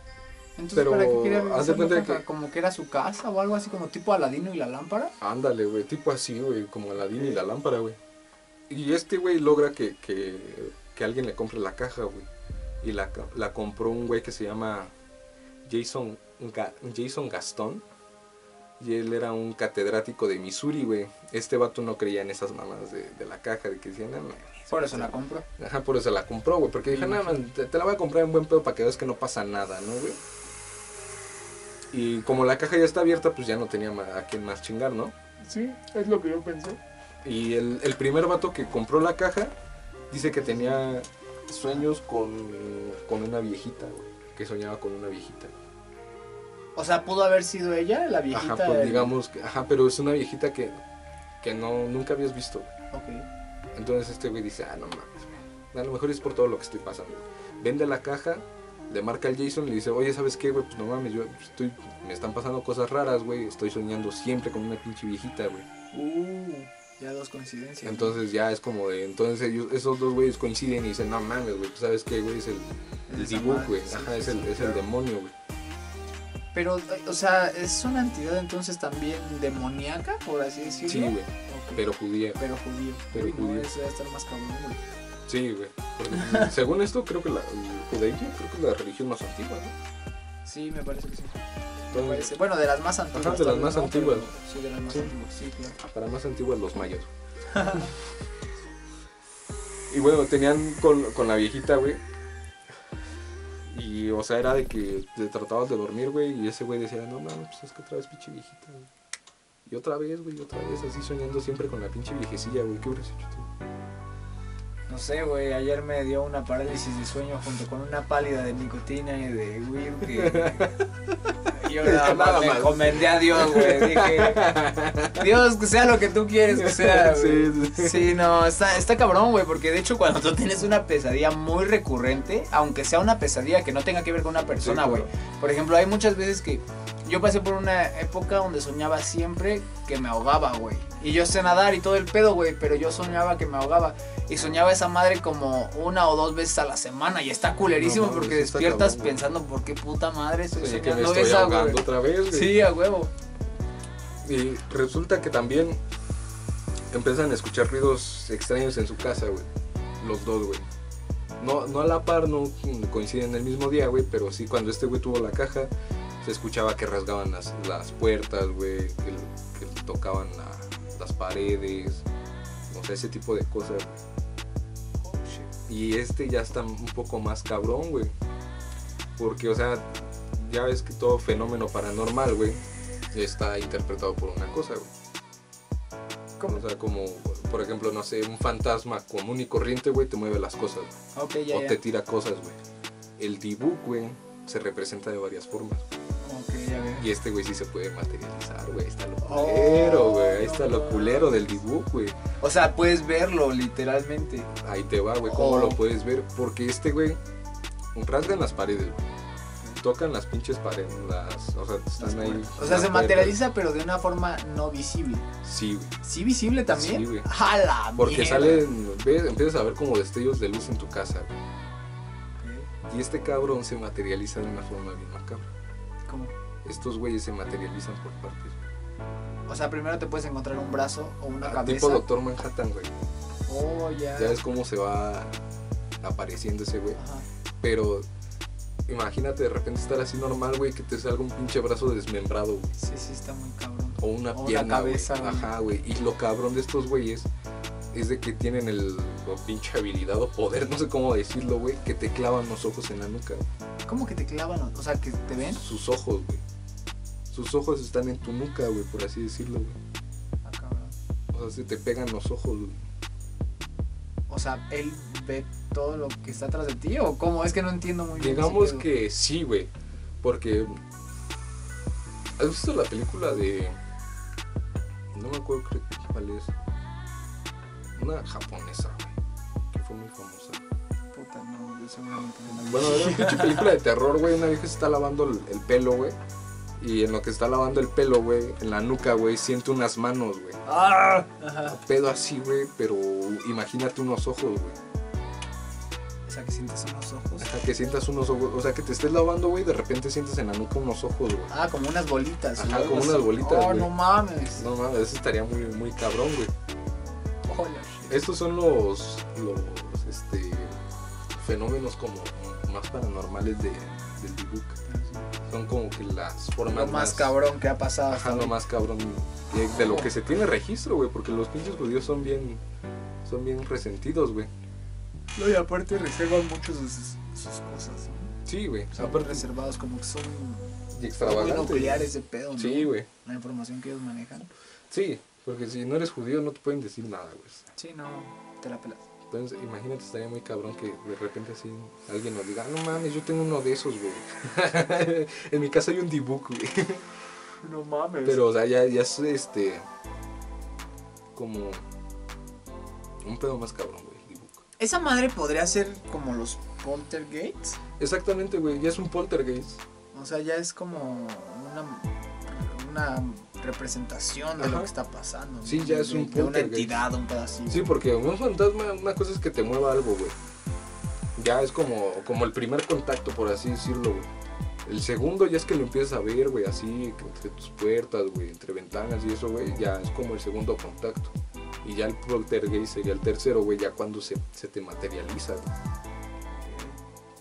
S2: Entonces,
S1: Pero,
S2: ¿para qué quería
S1: haz de
S2: vender la
S1: cuenta
S2: caja?
S1: que-
S2: Como que era su casa o algo así, como tipo Aladino y la lámpara.
S1: ándale, güey, tipo así, güey, como Aladín y la lámpara, güey. Y este güey logra que, que, que alguien le compre la caja, güey. Y la, ca- la compró un güey que se llama Jason, Ga- Jason Gastón. Y él era un catedrático de Missouri, güey. Este vato no creía en esas mamadas de, de la caja, de que decían, "No, mames,
S2: Por eso la compró.
S1: Ajá, por eso la compró, güey. Porque dije,
S2: Me
S1: nada, te, te la voy a comprar en buen pedo para que veas que no pasa nada, ¿no, güey? Y como la caja ya está abierta, pues ya no tenía ma- a quién más chingar, ¿no?
S2: Sí, es lo que yo pensé.
S1: Y el, el primer vato que compró la caja dice que tenía sueños con, con una viejita, güey. Que soñaba con una viejita.
S2: O sea, pudo haber sido ella, la viejita.
S1: Ajá, pues
S2: del-
S1: digamos que, ajá, pero es una viejita que, que no, nunca habías visto, güey.
S2: Ok.
S1: Entonces este güey dice, ah, no mames, güey. A lo mejor es por todo lo que estoy pasando. Vende la caja, le marca al Jason y le dice, oye, ¿sabes qué, güey? Pues no mames, yo estoy, me están pasando cosas raras, güey. Estoy soñando siempre con una pinche viejita, güey.
S2: Uh, ya dos coincidencias.
S1: Entonces ya es como de, entonces ellos, esos dos güeyes coinciden y dicen, no mames, güey, pues sabes qué, güey, es el, el
S2: Esa
S1: dibujo,
S2: madre,
S1: güey.
S2: sí,
S1: Ajá,
S2: sí,
S1: es el,
S2: sí,
S1: es el
S2: claro.
S1: demonio, güey.
S2: Pero, eh, o sea, es una entidad entonces también demoníaca, por así decirlo.
S1: Sí, güey,
S2: Ok.
S1: pero judía.
S2: Pero judío.
S1: Pero
S2: Uy, no,
S1: judío.
S2: Eso debe estar más cabrón, güey.
S1: Sí, güey. Porque, Según esto, creo que la, el judaísmo creo que es la religión más antigua, ¿no?
S2: Sí, me parece que sí. Me
S1: Entonces,
S2: parece. Bueno, de las más antiguas.
S1: Ajá, de las
S2: tal vez,
S1: más
S2: ¿no?
S1: antiguas.
S2: Pero sí, de las más
S1: Sí.
S2: antiguas, sí, claro.
S1: Para más antiguas, los mayas. y bueno, tenían con, con la viejita, güey. Y, o sea, era de que te tratabas de dormir, güey. Y ese güey decía, no mames, pues es que otra vez pinche viejita, güey. Y otra vez, güey, y otra vez, así soñando siempre con la pinche viejecilla, güey. ¿Qué hubieras hecho tú?
S2: No sé, güey, ayer me dio una parálisis de sueño junto con una pálida de nicotina y de weed que...
S1: (laughs)
S2: Yo nada
S1: Nada
S2: más me
S1: más.
S2: encomendé a Dios, güey. Dije, Dios, que sea lo que tú quieres que sea. güey".
S1: (laughs) Sí, sí.
S2: Sí, no, está, está cabrón, güey, porque de hecho cuando tú tienes una pesadilla muy recurrente, aunque sea una pesadilla que no tenga que ver con una persona,
S1: Sí,
S2: güey.
S1: claro.
S2: Por ejemplo, hay muchas veces que yo pasé por una época donde soñaba siempre que me ahogaba, güey. Y yo sé nadar y todo el pedo, güey, pero yo soñaba que me ahogaba. Y soñaba esa madre como una o dos veces a la semana. Y está culerísimo
S1: No mames,
S2: porque
S1: está
S2: despiertas
S1: cabrón, güey.
S2: pensando por qué puta madre estoy
S1: Oye, que me
S2: soñando
S1: estoy
S2: esa,
S1: ahogando
S2: güey.
S1: otra vez, güey.
S2: Sí, a huevo.
S1: Y resulta que también empiezan a escuchar ruidos extraños en su casa, güey. Los dos, güey. No, no a la par, no coinciden el mismo día, güey, pero sí cuando este güey tuvo la caja, se escuchaba que rasgaban las, las puertas, güey, que, que tocaban la- las paredes, o sea, ese tipo de cosas, güey. Y este ya está un poco más cabrón, güey. Porque, o sea, ya ves que todo fenómeno paranormal, güey, está interpretado por una cosa, güey.
S2: ¿Cómo?
S1: O sea, como, por ejemplo, no sé, un fantasma común y corriente, güey, te mueve las cosas. güey.
S2: Ok, ya,
S1: o
S2: ya.
S1: te tira cosas, güey. El dibuk, güey, se representa de varias formas.
S2: Ok, ya veo.
S1: Y este, güey, sí se puede materializar, güey. Ahí está lo
S2: Oh,
S1: culero, güey. Ahí está
S2: no.
S1: lo culero del dibuk, güey.
S2: O sea, puedes verlo literalmente.
S1: Ahí te va, güey. ¿Cómo
S2: Oh.
S1: lo puedes ver? Porque este, güey, rasgan las paredes, güey. Tocan las pinches paredes, las, o sea, están ahí.
S2: O sea,
S1: las
S2: se
S1: puertas.
S2: materializa, pero de una forma no visible.
S1: Sí, güey.
S2: ¿Sí visible también?
S1: Sí, güey.
S2: ¡A la
S1: Porque
S2: mierda!
S1: salen, ves, empiezas a ver como destellos de luz en tu casa, güey. Y este cabrón se materializa de una forma bien macabra.
S2: ¿Cómo?
S1: Estos güeyes se materializan por partes. güey.
S2: O sea, primero te puedes encontrar un brazo o una
S1: Ah,
S2: cabeza.
S1: tipo Doctor Manhattan, güey.
S2: Oh, ya.
S1: Ya ves cómo se va apareciendo ese güey.
S2: Ajá.
S1: Pero imagínate de repente estar así normal, güey, que te salga un pinche brazo desmembrado, güey.
S2: Sí, sí, está muy cabrón.
S1: O una
S2: O una
S1: pierna. güey.
S2: cabeza, güey.
S1: Ajá, güey. Y lo cabrón de estos güeyes es de que tienen el o pinche habilidad o poder, no sé cómo decirlo, güey, que te clavan los ojos en la nuca. güey.
S2: ¿Cómo que te clavan? O- O sea, que te ven.
S1: Sus ojos, güey. Sus ojos están en tu nuca, güey, por así decirlo, güey.
S2: Ah, cabrón.
S1: O sea, se te pegan los ojos, güey.
S2: O sea, él ve todo lo que está atrás de ti o cómo? Es que no entiendo muy bien. ese
S1: Digamos
S2: pedo.
S1: que sí, güey. Porque. ¿Has visto la película de.? No me acuerdo creo que cuál es. Una japonesa, güey. Que fue muy famosa.
S2: Puta, no, yo seguramente no.
S1: Bueno, era una pinche película de terror, güey. Una vieja se está lavando el, el pelo, güey. Y en lo que está lavando el pelo, güey, en la nuca, güey, siente unas manos, güey.
S2: ¡Ah! Ajá.
S1: Pedo así, güey, pero imagínate unos ojos, güey.
S2: O sea, que sientes unos ojos.
S1: Hasta que sientas unos ojos. O sea, que te estés lavando, güey, y de repente sientes en la nuca unos ojos, güey.
S2: Ah, como unas bolitas.
S1: Ajá,
S2: o algo
S1: como unas
S2: así.
S1: bolitas,
S2: Oh,
S1: güey.
S2: no mames.
S1: No mames, eso estaría muy, muy cabrón, güey.
S2: Hola, shit.
S1: Estos son los, los este, fenómenos como más paranormales de, del dibujo. Son como que las formas
S2: Lo más cabrón que ha pasado. hasta
S1: Ajá, lo
S2: ahorita.
S1: más cabrón de, de lo que se tiene registro, güey, porque los pinches judíos son bien, son bien resentidos, güey.
S2: No, y aparte reservan mucho sus, sus cosas. ¿no?
S1: Sí, güey.
S2: Son
S1: aparte-
S2: reservados como que son
S1: y
S2: muy
S1: extravagantes.
S2: nucleares de pedo, ¿no?
S1: Sí, güey.
S2: La información que ellos manejan.
S1: Sí, porque si no eres judío no te pueden decir nada, güey.
S2: Sí, no, te la pelas.
S1: Entonces, imagínate, estaría muy cabrón que de repente así alguien nos diga, "Ah, no mames, yo tengo uno de esos, güey. (laughs) en mi casa hay un dibujo, güey.
S2: No mames.
S1: Pero, o sea, ya, ya es este. Como. Un pedo más cabrón, güey. Dibujo.
S2: Esa madre podría ser como los poltergeists.
S1: Exactamente, güey. Ya es un poltergeist.
S2: O sea, ya es como una, una representación de lo
S1: Ajá.
S2: que está pasando. ¿no?
S1: Sí, ya es
S2: De-
S1: un
S2: De una
S1: poltergeist.
S2: entidad, un pedacito.
S1: Sí, porque un fantasma, una cosa es que te mueva algo, güey. Ya es como, como el primer contacto, por así decirlo, güey. El segundo ya es que lo empiezas a ver, güey, así, que entre tus puertas, güey, entre ventanas y eso, güey, ya es como el segundo contacto. Y ya el poltergeist sería el tercero, güey, ya cuando se, se te materializa, güey.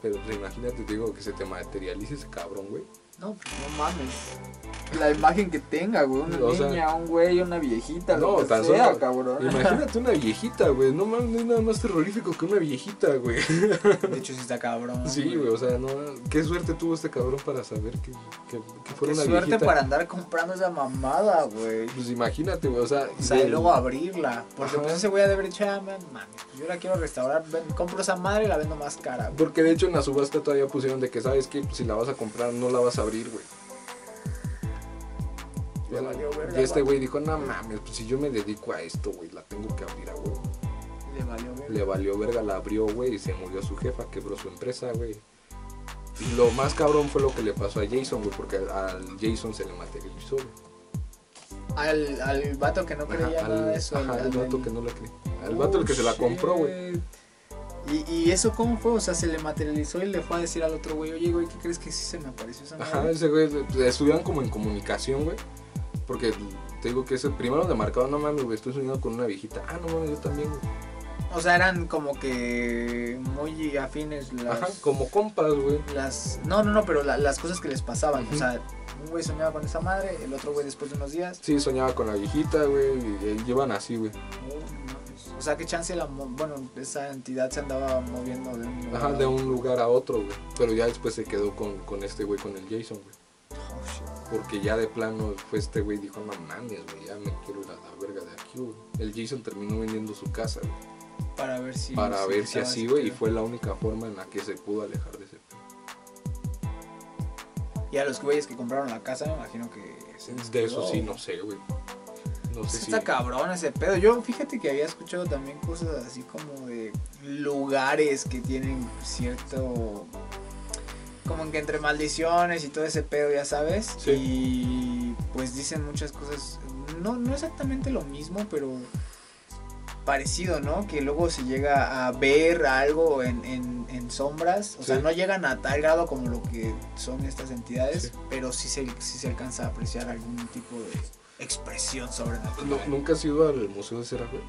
S1: Pero pues, imagínate, te digo, que se te materialice ese cabrón, güey.
S2: No, pues no mames. La imagen que tenga, güey. Una
S1: O sea-
S2: niña, un güey, una viejita, lo
S1: No,
S2: que
S1: tan
S2: sea,
S1: solo-
S2: cabrón.
S1: Imagínate una viejita, güey. No mames, no hay nada más terrorífico que una viejita, güey.
S2: De hecho, sí está cabrón.
S1: (laughs) Sí, güey, o sea, no, qué suerte tuvo este cabrón para saber que, que, que fuera
S2: Qué
S1: una
S2: suerte
S1: viejita.
S2: para andar comprando esa mamada, güey.
S1: Pues imagínate, güey, o sea...
S2: O sea, y luego abrirla. Porque
S1: Ajá.
S2: pues ese güey ha de haber dicho, ah, man, mames, pues yo la quiero restaurar. ven, compro esa madre y la vendo más cara, güey.
S1: Porque de hecho en la subasta todavía pusieron de que, ¿sabes qué? Pues si la vas a comprar, no la vas a abrir, güey.
S2: Ya valió verga,
S1: Y este
S2: güey.
S1: güey dijo, no mames, pues si yo me dedico a esto, güey, la tengo que abrir, ah, güey.
S2: Le valió verga.
S1: Le valió verga, la abrió, güey, y se murió su jefa, quebró su empresa, güey. Y lo más cabrón fue lo que le pasó a Jason, güey, porque al, al Jason se le materializó. güey.
S2: Al, al vato que no
S1: Ajá,
S2: creía nada
S1: al,
S2: de eso.
S1: ajá,
S2: al-
S1: al
S2: al-
S1: vato que no la cree. Al vato el que se la
S2: Oh,
S1: compró, güey.
S2: shit. ¿Y, ¿Y eso cómo fue? O sea, se le materializó y le fue a decir al otro güey, oye, güey, ¿qué crees que sí se me apareció esa madre?
S1: Ajá, ese güey, estuvieron como en comunicación, güey. Porque te digo que ese primero le marcaron, no mames, güey, estoy soñando con una viejita. Ah, no mames, yo también, güey.
S2: O sea, eran como que muy afines las...
S1: Ajá, como compas, güey.
S2: las no, no, no, pero la- las cosas que les pasaban.
S1: Ujú.
S2: O sea, un güey soñaba con esa madre, el otro güey después de unos días.
S1: Sí, soñaba con la viejita, güey, y, y llevan así, güey.
S2: "Oh, no, pues". O sea, que chance la... mo- Bueno, esa entidad se andaba moviendo de un... lugar
S1: Ajá,
S2: a
S1: de
S2: otro.
S1: un lugar a otro, güey. Pero ya después se quedó con, con este güey, con el Jason, güey.
S2: Oh, shit.
S1: Porque ya de plano fue este güey dijo, no mames, güey, ya me quiero ir a la verga de aquí, güey. El Jason terminó vendiendo su casa, güey,
S2: Para ver si...
S1: para ver si
S2: estaba
S1: así, güey, y
S2: pedo.
S1: fue la única forma en la que se pudo alejar de ese pedo.
S2: Y a los güeyes que compraron la casa, me imagino que... se les
S1: De eso
S2: quedó.
S1: sí, no sé, güey. No sé
S2: Pues
S1: si...
S2: Está cabrón ese pedo. Yo fíjate que había escuchado también cosas así como de lugares que tienen cierto. Como que entre maldiciones y todo ese pedo, ya sabes.
S1: Sí.
S2: Y pues dicen muchas cosas. No, no exactamente lo mismo, pero parecido, ¿no? Que luego se llega a ver algo en, en- en sombras. O sea,
S1: Sí.
S2: no llegan a tal grado como lo que son estas entidades,
S1: Sí.
S2: pero sí se, sí se alcanza a apreciar algún tipo de expresión sobrenatural.
S1: No, ¿Nunca has ido al Museo de Cera, güey?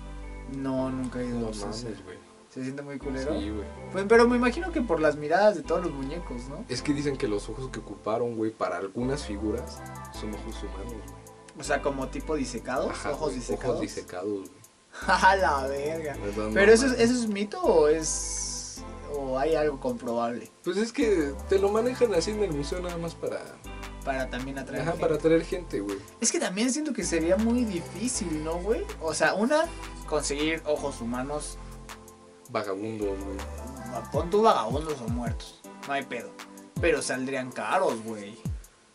S2: No, nunca he ido
S1: No
S2: a ese.
S1: mames, güey.
S2: Se siente muy culero.
S1: Sí, güey.
S2: Pues, pero me imagino que por las miradas de todos los muñecos, ¿no?
S1: Es que dicen que los ojos que ocuparon, güey, para algunas figuras son ojos humanos, güey.
S2: O sea, como tipo disecados,
S1: Ajá,
S2: ojos
S1: güey,
S2: disecados.
S1: Ojos disecados, güey.
S2: (laughs) ¡A la verga!
S1: No, no
S2: pero eso es,
S1: mames.
S2: eso es mito o es. o hay algo comprobable
S1: Pues es que te lo manejan así en el museo nada más para...
S2: para también atraer.
S1: Ajá,
S2: gente?
S1: para atraer gente, güey.
S2: Es que también siento que sería muy difícil, ¿no, güey? O sea, una, conseguir ojos humanos,
S1: Vagabundos, güey.
S2: pon tu vagabundos o muertos, no hay pedo. Pero saldrían caros, güey.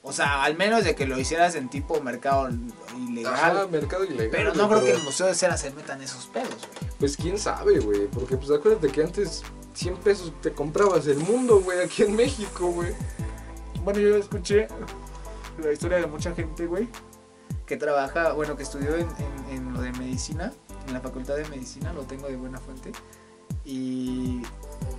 S2: O sea, al menos de que lo hicieras en tipo mercado ilegal.
S1: Ajá, mercado ilegal.
S2: Pero
S1: güey,
S2: no creo que en el Museo de Cera se metan esos pedos, güey.
S1: Pues quién sabe, güey. Porque pues acuérdate que antes 100 pesos te comprabas el mundo, güey, aquí en México, güey.
S2: Bueno, yo escuché la historia de mucha gente, güey, que trabaja, bueno, que estudió en, en- en lo de medicina, en la facultad de medicina, lo tengo de buena fuente, y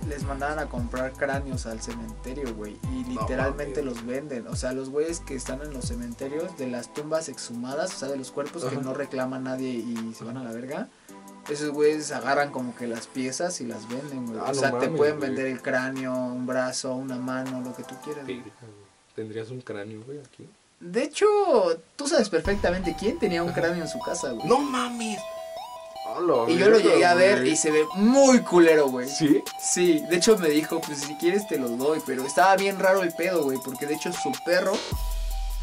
S2: les mandaban a comprar cráneos al cementerio, güey, y
S1: No
S2: literalmente
S1: mames.
S2: los venden. O sea, los güeyes que están en los cementerios, de las tumbas exhumadas, o sea, de los cuerpos que
S1: Ajá.
S2: no reclama nadie y se van a la verga. Esos güeyes agarran como que las piezas y las venden, güey.
S1: Ah,
S2: o
S1: no
S2: sea, te
S1: mames,
S2: pueden
S1: güey.
S2: vender el cráneo, un brazo, una mano, lo que tú quieras. güey.
S1: ¿Tendrías un cráneo, güey, aquí?
S2: De hecho, tú sabes perfectamente quién tenía un cráneo en su casa, güey.
S1: ¡No mames!
S2: y yo lo llegué a ver y se ve muy culero, güey.
S1: ¿Sí?
S2: Sí, de hecho me dijo, pues si quieres te los doy, pero estaba bien raro el pedo, güey, porque de hecho su perro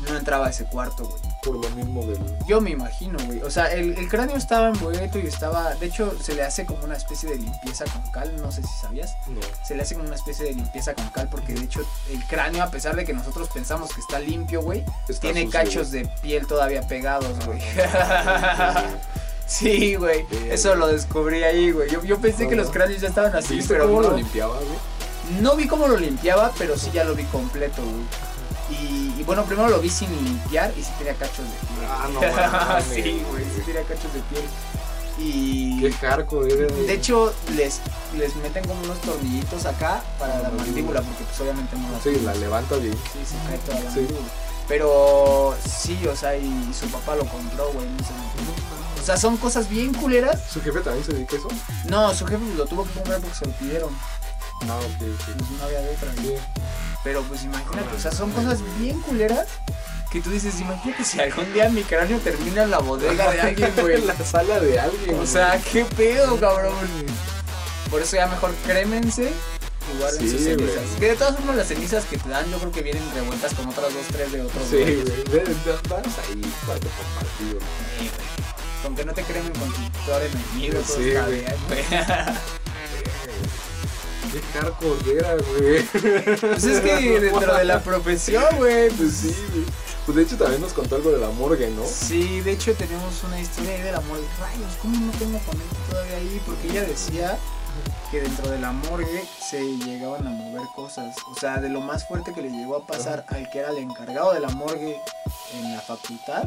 S2: no entraba a ese cuarto, güey.
S1: Por lo mismo del...
S2: Yo me imagino, güey. O sea, el, el cráneo estaba envuelto y estaba, de hecho se le hace como una especie de limpieza con cal, no sé si sabías.
S1: No.
S2: se le hace como una especie de limpieza con cal porque de hecho el cráneo a pesar de que nosotros pensamos que está limpio, güey,
S1: Está
S2: tiene
S1: sucio, Ah,
S2: cachos de piel todavía pegados, güey.
S1: (laughs)
S2: (laughs) sí, güey,
S1: Sí,
S2: eso
S1: güey.
S2: lo descubrí ahí, güey. Yo, yo pensé
S1: No,
S2: que
S1: no.
S2: los cráneos ya estaban así,
S1: ¿Viste
S2: pero
S1: cómo
S2: no,
S1: lo limpiaba, güey?
S2: no vi cómo lo limpiaba, pero sí ya lo vi completo, güey. Y, y bueno, primero lo vi sin limpiar y sí tenía cachos de piel.
S1: Ah, no mames,
S2: (laughs) sí, güey, sí
S1: güey.
S2: tenía cachos de piel. Y
S1: Qué hardcore era, güey.
S2: de hecho, les, les meten como unos tornillitos acá para la mandíbula, porque pues obviamente no la
S1: Sí, la levanta bien.
S2: Sí, se cae toda la
S1: Sí.
S2: mandíbula. Pero sí, o sea, y su papá lo compró, güey. no sé. O sea, son cosas bien culeras.
S1: ¿Su jefe también se dedica a eso?
S2: No, su jefe lo tuvo que comprar porque se lo pidieron.
S1: No, Ah, ok, ok.
S2: (laughs) Pues no había de otra. güey.
S1: Sí.
S2: Pero pues imagínate, o sea, son cosas bien culeras que tú dices, imagínate si algún día mi cráneo termina en la bodega de alguien, güey.
S1: en (laughs) la sala de alguien.
S2: O sea, qué pedo, cabrón.
S1: güey.
S2: Por eso ya mejor crémense y guarden
S1: Sí,
S2: sus cenizas.
S1: güey.
S2: Que de todas formas las cenizas que te dan yo creo que vienen revueltas con otras dos, tres de otros.
S1: Sí,
S2: güey.
S1: güey. Ve, ve, Vas ahí, cuarto compartido.
S2: Con que no te cremen con tu peor enemigo, todo
S1: Sí,
S2: está
S1: güey.
S2: bien, güey.
S1: Qué hardcore era, güey.
S2: Pues es (laughs) que dentro de la profesión, güey,
S1: Pues
S2: pues
S1: sí, güey. Pues de hecho también nos contó algo de la morgue, ¿no?
S2: Sí, de hecho tenemos una historia ahí del amor. Rayos, ¿cómo no tengo con él todavía ahí? Porque ella decía que dentro de la morgue se llegaban a mover cosas. O sea, de lo más fuerte que le llegó a pasar al que era el encargado de la morgue en la facultad,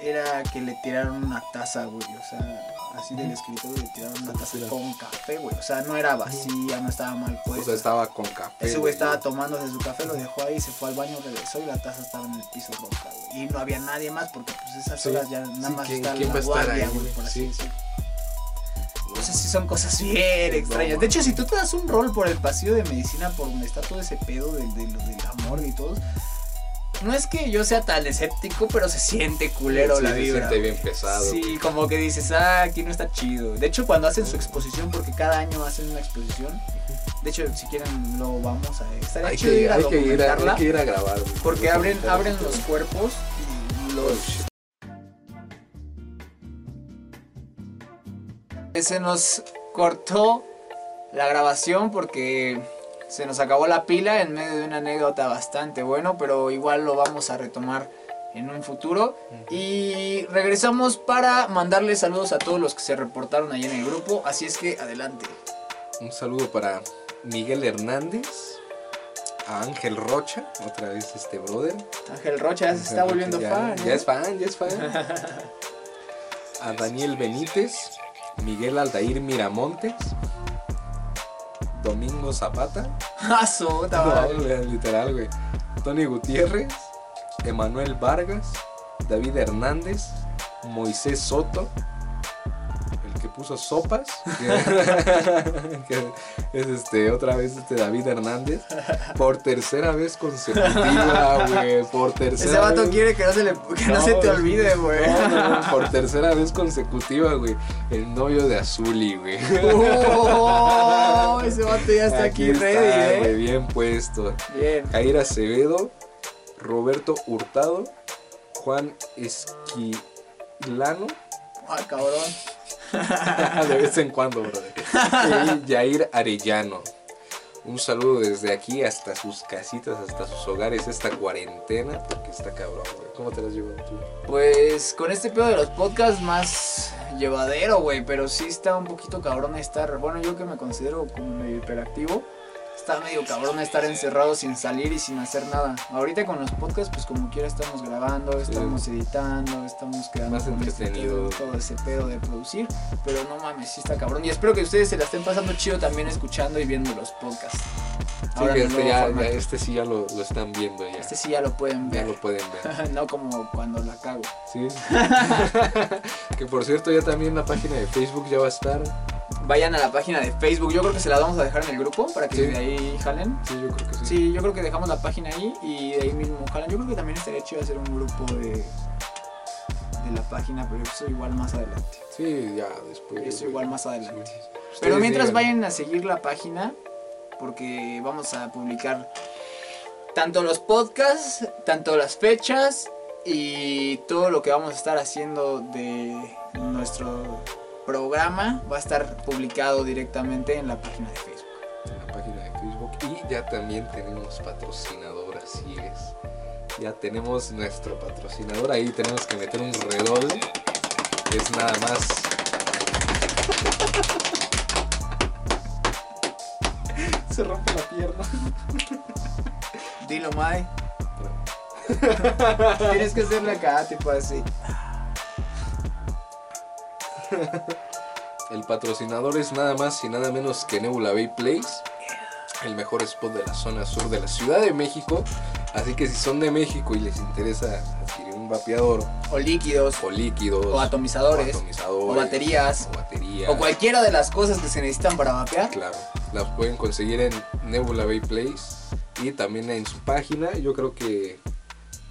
S2: era que le tiraron una taza, güey. O sea, así del escritorio le tiraron una taza con café, güey. O sea, no era vacía, no estaba mal
S1: O
S2: puesta.
S1: sea, estaba con café.
S2: Ese güey estaba
S1: todo.
S2: tomándose su café, lo dejó ahí, se fue al baño, regresó y la taza estaba en el piso roja, güey. Y no había nadie más porque pues esas
S1: Sí.
S2: horas ya nada
S1: Sí,
S2: más
S1: ¿quién-
S2: está
S1: quién va
S2: la
S1: a estar
S2: guardia,
S1: ahí,
S2: güey,
S1: güey?
S2: por así
S1: Sí.
S2: decirlo. O sea, sí son cosas bien
S1: No,
S2: extrañas. De
S1: man.
S2: hecho, si tú te das un rol por el pasillo de medicina, por donde está todo ese pedo del, del, del amor y todo, no es que yo sea tan escéptico, pero se siente culero la
S1: se
S2: vibra.
S1: siente bien pesado.
S2: Sí, como que dices, ah, aquí no está chido. De hecho, cuando hacen su exposición, porque cada año hacen una exposición, de hecho, si quieren, lo vamos a. Estaría
S1: Hay
S2: chido
S1: que,
S2: ir a
S1: hay que ir a,
S2: documentarla,
S1: hay que ir a grabar. güey.
S2: porque abren, abren los cuerpos y
S1: Oh,
S2: los.
S1: shit.
S2: Eh, Se nos cortó la grabación porque se nos acabó la pila en medio de una anécdota bastante bueno, pero igual lo vamos a retomar en un futuro. Y regresamos para mandarles saludos a todos los que se reportaron allá en el grupo, así es que adelante.
S1: Un saludo para Miguel Hernández, a Ángel Rocha, otra vez este brother.
S2: Ángel Rocha ya se está
S1: Ángel Rocha
S2: volviendo
S1: ya-
S2: fan. ¿eh?
S1: Ya es fan, ya es fan. A Daniel Benítez, Miguel Aldair Miramontes, Domingo Zapata,
S2: (laughs) Ah,
S1: (laughs)
S2: sota,
S1: No,
S2: vale.
S1: güey, literal, güey. Tony Gutiérrez, Emanuel Vargas, David Hernández, Moisés Soto, el que puso sopas, (laughs) que, que es este, otra vez este David Hernández, por tercera vez consecutiva, güey, por tercera
S2: Ese vato
S1: vez.
S2: quiere que no se, le, que no, se te
S1: güey.
S2: olvide,
S1: (laughs)
S2: güey.
S1: No, no, no, por tercera vez consecutiva, güey. El novio de Azuli, güey.
S2: Oh, ese vato ya está aquí,
S1: está,
S2: ready,
S1: güey,
S2: eh.
S1: Bien puesto.
S2: Bien.
S1: Jair Acevedo, Roberto Hurtado, Juan Esquilano, (laughs)
S2: Ah, cabrón.
S1: de vez en cuando, brother, y Jair Arellano. Un saludo desde aquí hasta sus casitas, hasta sus hogares, esta cuarentena, porque está cabrón, güey. ¿Cómo te las llevas tú?
S2: Pues con este pedo de los podcasts más llevadero, güey, pero sí está un poquito cabrón estar, bueno, yo que me considero como medio hiperactivo, está medio cabrón estar encerrado sin salir y sin hacer nada. Ahorita con los podcasts, pues como quiera estamos grabando, estamos editando, estamos quedando
S1: Más
S2: con este
S1: entretenido.
S2: pedo, todo ese pedo de producir, pero no mames, sí está cabrón. Y espero que ustedes se la estén pasando chido también escuchando y viendo los podcasts.
S1: Sí,
S2: Ahora
S1: que
S2: en el
S1: este,
S2: nuevo
S1: ya- ya,
S2: formato.
S1: este sí ya lo, lo están viendo ya.
S2: Este sí ya lo pueden
S1: ya
S2: ver. (laughs)
S1: lo pueden ver.
S2: no como cuando la cago.
S1: Sí. (laughs) que por cierto, ya también la página de Facebook ya va a estar.
S2: vayan a la página de Facebook. Yo creo que se la vamos a dejar en el grupo para que
S1: Sí.
S2: de ahí jalen.
S1: Sí, yo creo que sí.
S2: Sí, yo creo que dejamos la página ahí y de ahí mismo jalen. Yo creo que también estaría chido hacer un grupo de, de la página, pero eso igual más adelante.
S1: Sí, ya después.
S2: Eso igual más adelante.
S1: Sí.
S2: Pero
S1: Ustedes
S2: mientras
S1: digan.
S2: vayan a seguir la página, porque vamos a publicar tanto los podcasts, tanto las fechas y todo lo que vamos a estar haciendo de nuestro programa va a estar publicado directamente en la página de Facebook.
S1: en la página de Facebook y ya también tenemos patrocinador, así es. Ya tenemos nuestro patrocinador, ahí tenemos que meter un redoble. Es nada más. Se rompe la pierna.
S2: (laughs) Dilo,
S1: (laughs)
S2: Mai. Tienes que hacerle acá, tipo así.
S1: El patrocinador es nada más y nada menos que Nebula Bay Place, el mejor spot de la zona sur de la Ciudad de México. Así que si son de México y les interesa adquirir un vapeador
S2: O líquidos,
S1: o líquidos
S2: o atomizadores,
S1: o atomizadores,
S2: o baterías,
S1: o baterías,
S2: o cualquiera de las cosas que se necesitan para vapear.
S1: Claro, las pueden conseguir en Nebula Bay Place y también en su página. Yo creo que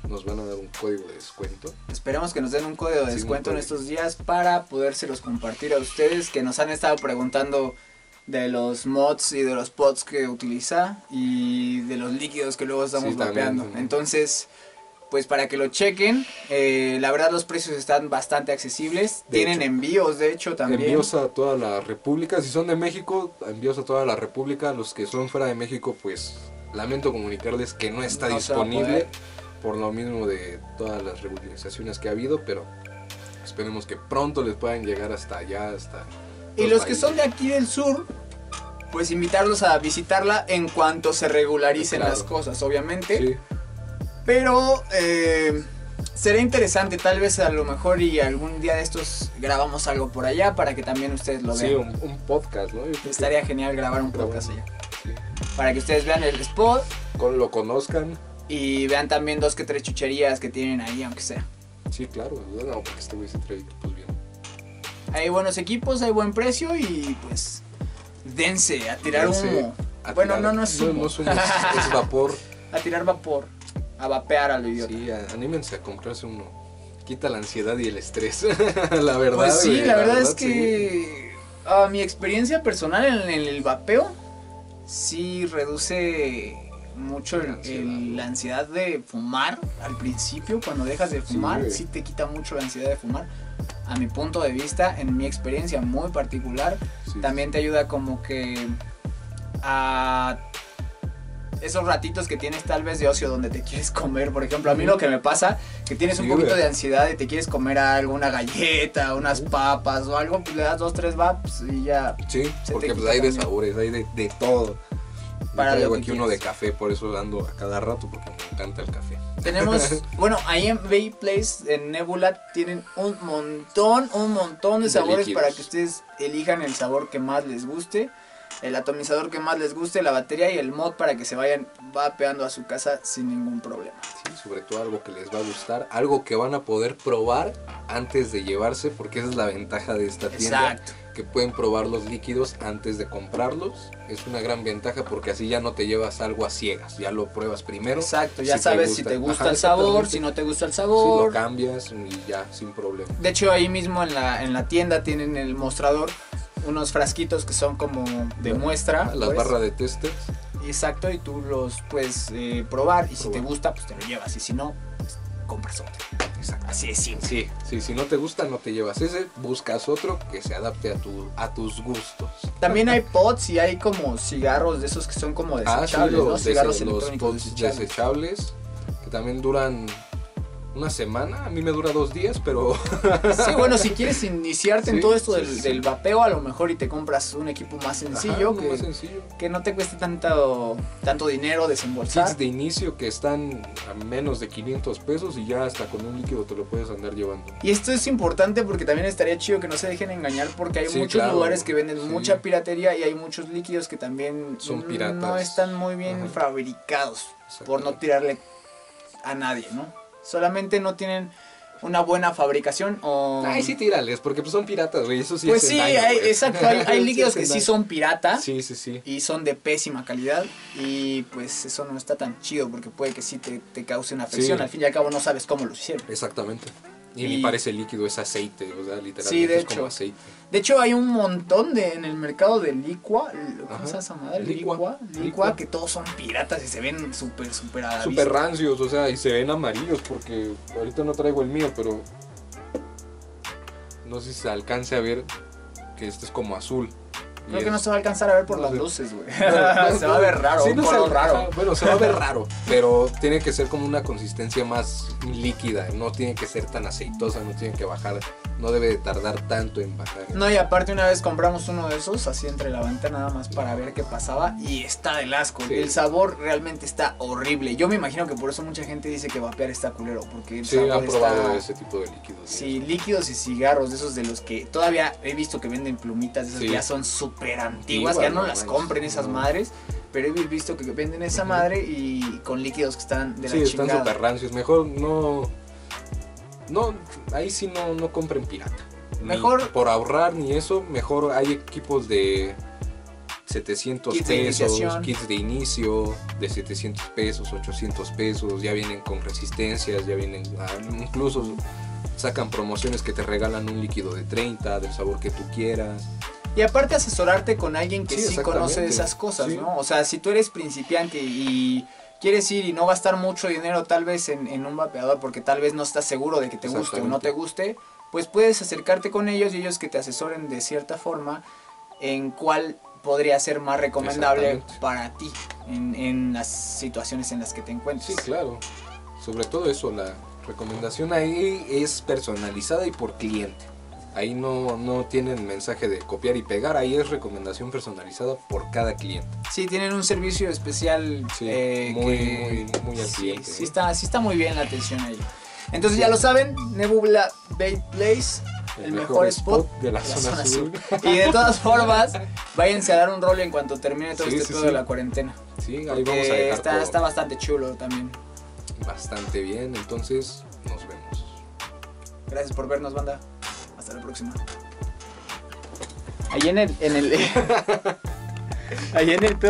S1: nos van a dar un código de descuento.
S2: Esperemos que nos den un código de
S1: Sí,
S2: descuento
S1: un
S2: en
S1: código.
S2: estos días para podérselos compartir a ustedes que nos han estado preguntando de los mods y de los pods que utiliza y de los líquidos que luego estamos
S1: Sí, también,
S2: vapeando.
S1: también.
S2: Entonces, pues para que lo chequen, eh, la verdad los precios están bastante accesibles.
S1: De
S2: Tienen
S1: hecho.
S2: envíos, de hecho, también.
S1: Envíos a toda la República. Si son de México, envíos a toda la República. Los que son fuera de México, pues lamento comunicarles que no está
S2: No se va a
S1: disponible por lo mismo de todas las regularizaciones que ha habido, pero esperemos que pronto les puedan llegar hasta allá, hasta
S2: Y
S1: los
S2: los que
S1: países.
S2: son de aquí del sur, pues invitarlos a visitarla en cuanto se regularicen
S1: Claro.
S2: las cosas, obviamente.
S1: Sí,
S2: Pero eh, será interesante, tal vez a lo mejor y algún día de estos grabamos algo por allá para que también ustedes lo
S1: sí
S2: vean.
S1: un, un podcast, ¿no? Yo creo que
S2: Estaría genial grabar un
S1: Grabar.
S2: podcast allá.
S1: sí.
S2: Para que ustedes vean el spot
S1: Con lo conozcan.
S2: y vean también dos que tres chucherías que tienen ahí, aunque sea.
S1: Sí, claro. No, no, porque este güey se trae equipos bien.
S2: Hay buenos equipos, hay buen precio y pues dense a tirar
S1: Dense
S2: humo.
S1: A
S2: Bueno,
S1: tirar-
S2: no, no es humo.
S1: No, es, humo, es- es
S2: (laughs)
S1: vapor.
S2: A tirar vapor, a vapear a lo idiota.
S1: Sí, a- anímense a comprarse uno. Quita la ansiedad y el estrés. (laughs) la verdad.
S2: Pues sí,
S1: güey,
S2: la verdad es
S1: sí.
S2: que a mi experiencia personal en, en el vapeo sí reduce mucho el- el-
S1: La
S2: la
S1: ansiedad,
S2: ansiedad,
S1: ¿no?
S2: de fumar al principio, cuando dejas de
S1: Sí,
S2: fumar,
S1: güey.
S2: sí te quita mucho la ansiedad de fumar. A mi punto de vista, en mi experiencia muy particular,
S1: Sí.
S2: también te ayuda como que a esos ratitos que tienes tal vez de ocio donde te (laughs) quieres comer, por ejemplo, a mí lo que me pasa que tienes un
S1: Sí,
S2: poquito
S1: güey.
S2: de ansiedad y te quieres comer algo, una galleta, unas papas o algo, pues le das dos, tres vaps y ya.
S1: Sí,
S2: Se
S1: porque
S2: te
S1: pues
S2: quita
S1: hay de
S2: también.
S1: sabores, hay de, de todo. Yo
S2: Para lo
S1: traigo
S2: que
S1: aquí uno de
S2: quieras.
S1: café, por eso ando a cada rato, porque me encanta el café. (laughs)
S2: Tenemos, bueno, ahí en Bay Place, en Nebula, tienen un montón, un montón de,
S1: De
S2: sabores
S1: líquidos.
S2: para que ustedes elijan el sabor que más les guste, el atomizador que más les guste, la batería y el mod para que se vayan vapeando a su casa sin ningún problema.
S1: Sí, sobre todo algo que les va a gustar, algo que van a poder probar antes de llevarse, porque esa es la ventaja de esta tienda,
S2: Exacto.
S1: que pueden probar los líquidos antes de comprarlos. Es una gran ventaja porque así ya no te llevas algo a ciegas, ya lo pruebas primero.
S2: Exacto,
S1: si
S2: ya
S1: te
S2: sabes
S1: gusta.
S2: si te gusta
S1: Ajá,
S2: el sabor,
S1: exactamente.
S2: si no te gusta el
S1: Si lo
S2: sabor.
S1: cambias y ya, sin problema.
S2: de hecho, ahí mismo en la, en la tienda tienen en el mostrador unos frasquitos que son como de
S1: La-
S2: muestra.
S1: Las
S2: pues.
S1: barras de testers.
S2: Exacto, y tú los puedes eh, probar y si te
S1: Probar.
S2: gusta, pues te lo llevas y si no, pues, compras otro.
S1: Exacto.
S2: Así es simple.
S1: Sí, sí, si no te gusta no te llevas ese, buscas otro que se adapte a, tu, a tus gustos.
S2: También hay pots y hay como cigarros de esos que son como
S1: Ah,
S2: desechables,
S1: sí,
S2: ¿no?
S1: los, dese-
S2: Cigarros
S1: los
S2: electrónicos
S1: pods
S2: desechables.
S1: desechables, que también duran una semana, a mí me dura dos días, pero
S2: Sí, bueno, si quieres iniciarte en
S1: Sí,
S2: todo esto
S1: sí,
S2: del,
S1: sí.
S2: del vapeo, a lo mejor y te compras un equipo más (laughs) sencillo
S1: Ajá,
S2: que,
S1: más sencillo.
S2: que no te cueste tanto, tanto dinero desembolsar.
S1: Kits de inicio que están a menos de 500 pesos y ya hasta con un líquido te lo puedes andar llevando.
S2: Y esto es importante porque también estaría chido que no se dejen engañar porque hay
S1: Sí,
S2: muchos
S1: claro,
S2: lugares que venden
S1: sí.
S2: mucha piratería y hay muchos líquidos que también
S1: Son
S2: mm, no
S1: piratas.
S2: están muy bien
S1: Ajá.
S2: fabricados por no
S1: Exactamente.
S2: tirarle a nadie, ¿no? Solamente no tienen una buena fabricación o...
S1: Ay, sí, tírales, porque pues son piratas, güey, eso sí
S2: pues
S1: hacen
S2: sí,
S1: daño,
S2: hay,
S1: güey.
S2: exacto, ¿ah? hay,
S1: (laughs)
S2: hay
S1: Sí
S2: líquidos
S1: hacen
S2: que sí
S1: daño.
S2: son piratas
S1: Sí, sí, sí.
S2: y son de pésima calidad y pues eso no está tan chido porque puede que sí te, te cause una afección,
S1: Sí.
S2: al fin y al cabo no sabes cómo lo hicieron.
S1: Exactamente. Y,
S2: Y-
S1: ni parece líquido, es aceite, o sea, literalmente
S2: Sí, de
S1: es
S2: hecho.
S1: como aceite.
S2: De hecho, hay un montón de en el mercado de licua. ¿Cómo
S1: Ajá.
S2: se llama esa madre?
S1: Licua.
S2: Licua. Licua,
S1: Licua.
S2: que todos son piratas y se ven súper, súper a la
S1: Súper
S2: vista.
S1: rancios, o sea, y se ven amarillos porque ahorita no traigo el mío, pero no sé si se alcance a ver que este es como azul. Y
S2: Creo que
S1: es- (laughs)
S2: no se va a alcanzar a ver por
S1: No
S2: las
S1: sé.
S2: luces, güey.
S1: No,
S2: (laughs)
S1: no,
S2: se va a ver raro,
S1: sí,
S2: un
S1: no se-
S2: color
S1: ajá,
S2: raro.
S1: Bueno, se va a
S2: (laughs)
S1: ver raro, pero tiene que ser como una consistencia más líquida, no tiene que ser tan aceitosa, no tiene que bajar, no debe de tardar tanto en bajar.
S2: No, y aparte una vez compramos uno de esos, así entre la ventana nada más para ver qué pasaba, y está del asco.
S1: Sí.
S2: El sabor realmente está horrible. Yo me imagino que por eso mucha gente dice que vapear está culero, porque el
S1: sí,
S2: sabor
S1: han probado
S2: está...
S1: ese tipo de líquidos.
S2: Sí, líquidos y cigarros, de esos de los que todavía he visto que venden plumitas, de esas
S1: Sí.
S2: que ya son súper antiguas,
S1: Antiguas,
S2: que ya no
S1: no
S2: las
S1: manches,
S2: compren esas
S1: no.
S2: madres, pero he visto que venden esa
S1: Ujú.
S2: madre y con líquidos que están de
S1: sí,
S2: la
S1: están
S2: chingada.
S1: súper rancios. Mejor no. No, ahí sí no, no compren pirata. Ni
S2: Mejor-
S1: por ahorrar ni eso, mejor hay equipos de 700
S2: Kits de
S1: pesos,
S2: iniciación.
S1: kits de inicio, de 700 pesos, 800 pesos. Ya vienen con resistencias, ya vienen. ah, Incluso sacan promociones que te regalan un líquido de 30, del sabor que tú quieras.
S2: Y aparte asesorarte con alguien que
S1: Sí,
S2: sí, conoce de
S1: exactamente.
S2: esas cosas,
S1: Sí.
S2: ¿no? O sea, si tú eres principiante y quieres ir y no gastar mucho dinero tal vez en, en un vapeador porque tal vez no estás seguro de que te guste o no
S1: Exactamente.
S2: te guste, pues puedes acercarte con ellos y ellos que te asesoren de cierta forma en cuál podría ser más recomendable
S1: Exactamente.
S2: para ti en, en las situaciones en las que te
S1: Sí,
S2: encuentres.
S1: claro. Sobre todo eso, la recomendación ahí es personalizada y por cliente. Ahí no, no tienen mensaje de copiar y pegar, ahí es recomendación personalizada por cada cliente.
S2: Sí, tienen un servicio especial
S1: Sí,
S2: eh,
S1: muy,
S2: que-
S1: muy, muy al
S2: sí,
S1: cliente,
S2: sí
S1: ¿eh?
S2: está, sí está muy bien la atención ahí. Entonces ya lo saben, Nebula Bait Place, el, mejor, spot,
S1: de la,
S2: de la
S1: zona,
S2: zona
S1: sur.
S2: Y de todas (laughs) formas, váyanse a dar un rol en cuanto termine todo
S1: Sí,
S2: este
S1: sí,
S2: pedo
S1: sí.
S2: de la cuarentena.
S1: Sí, ahí
S2: Porque
S1: vamos a dejar
S2: está,
S1: todo
S2: está bastante chulo también.
S1: bastante bien. Entonces, nos vemos.
S2: Gracias por vernos, banda. Hasta la próxima. (laughs) Ahí en el. En el ahí en el pedo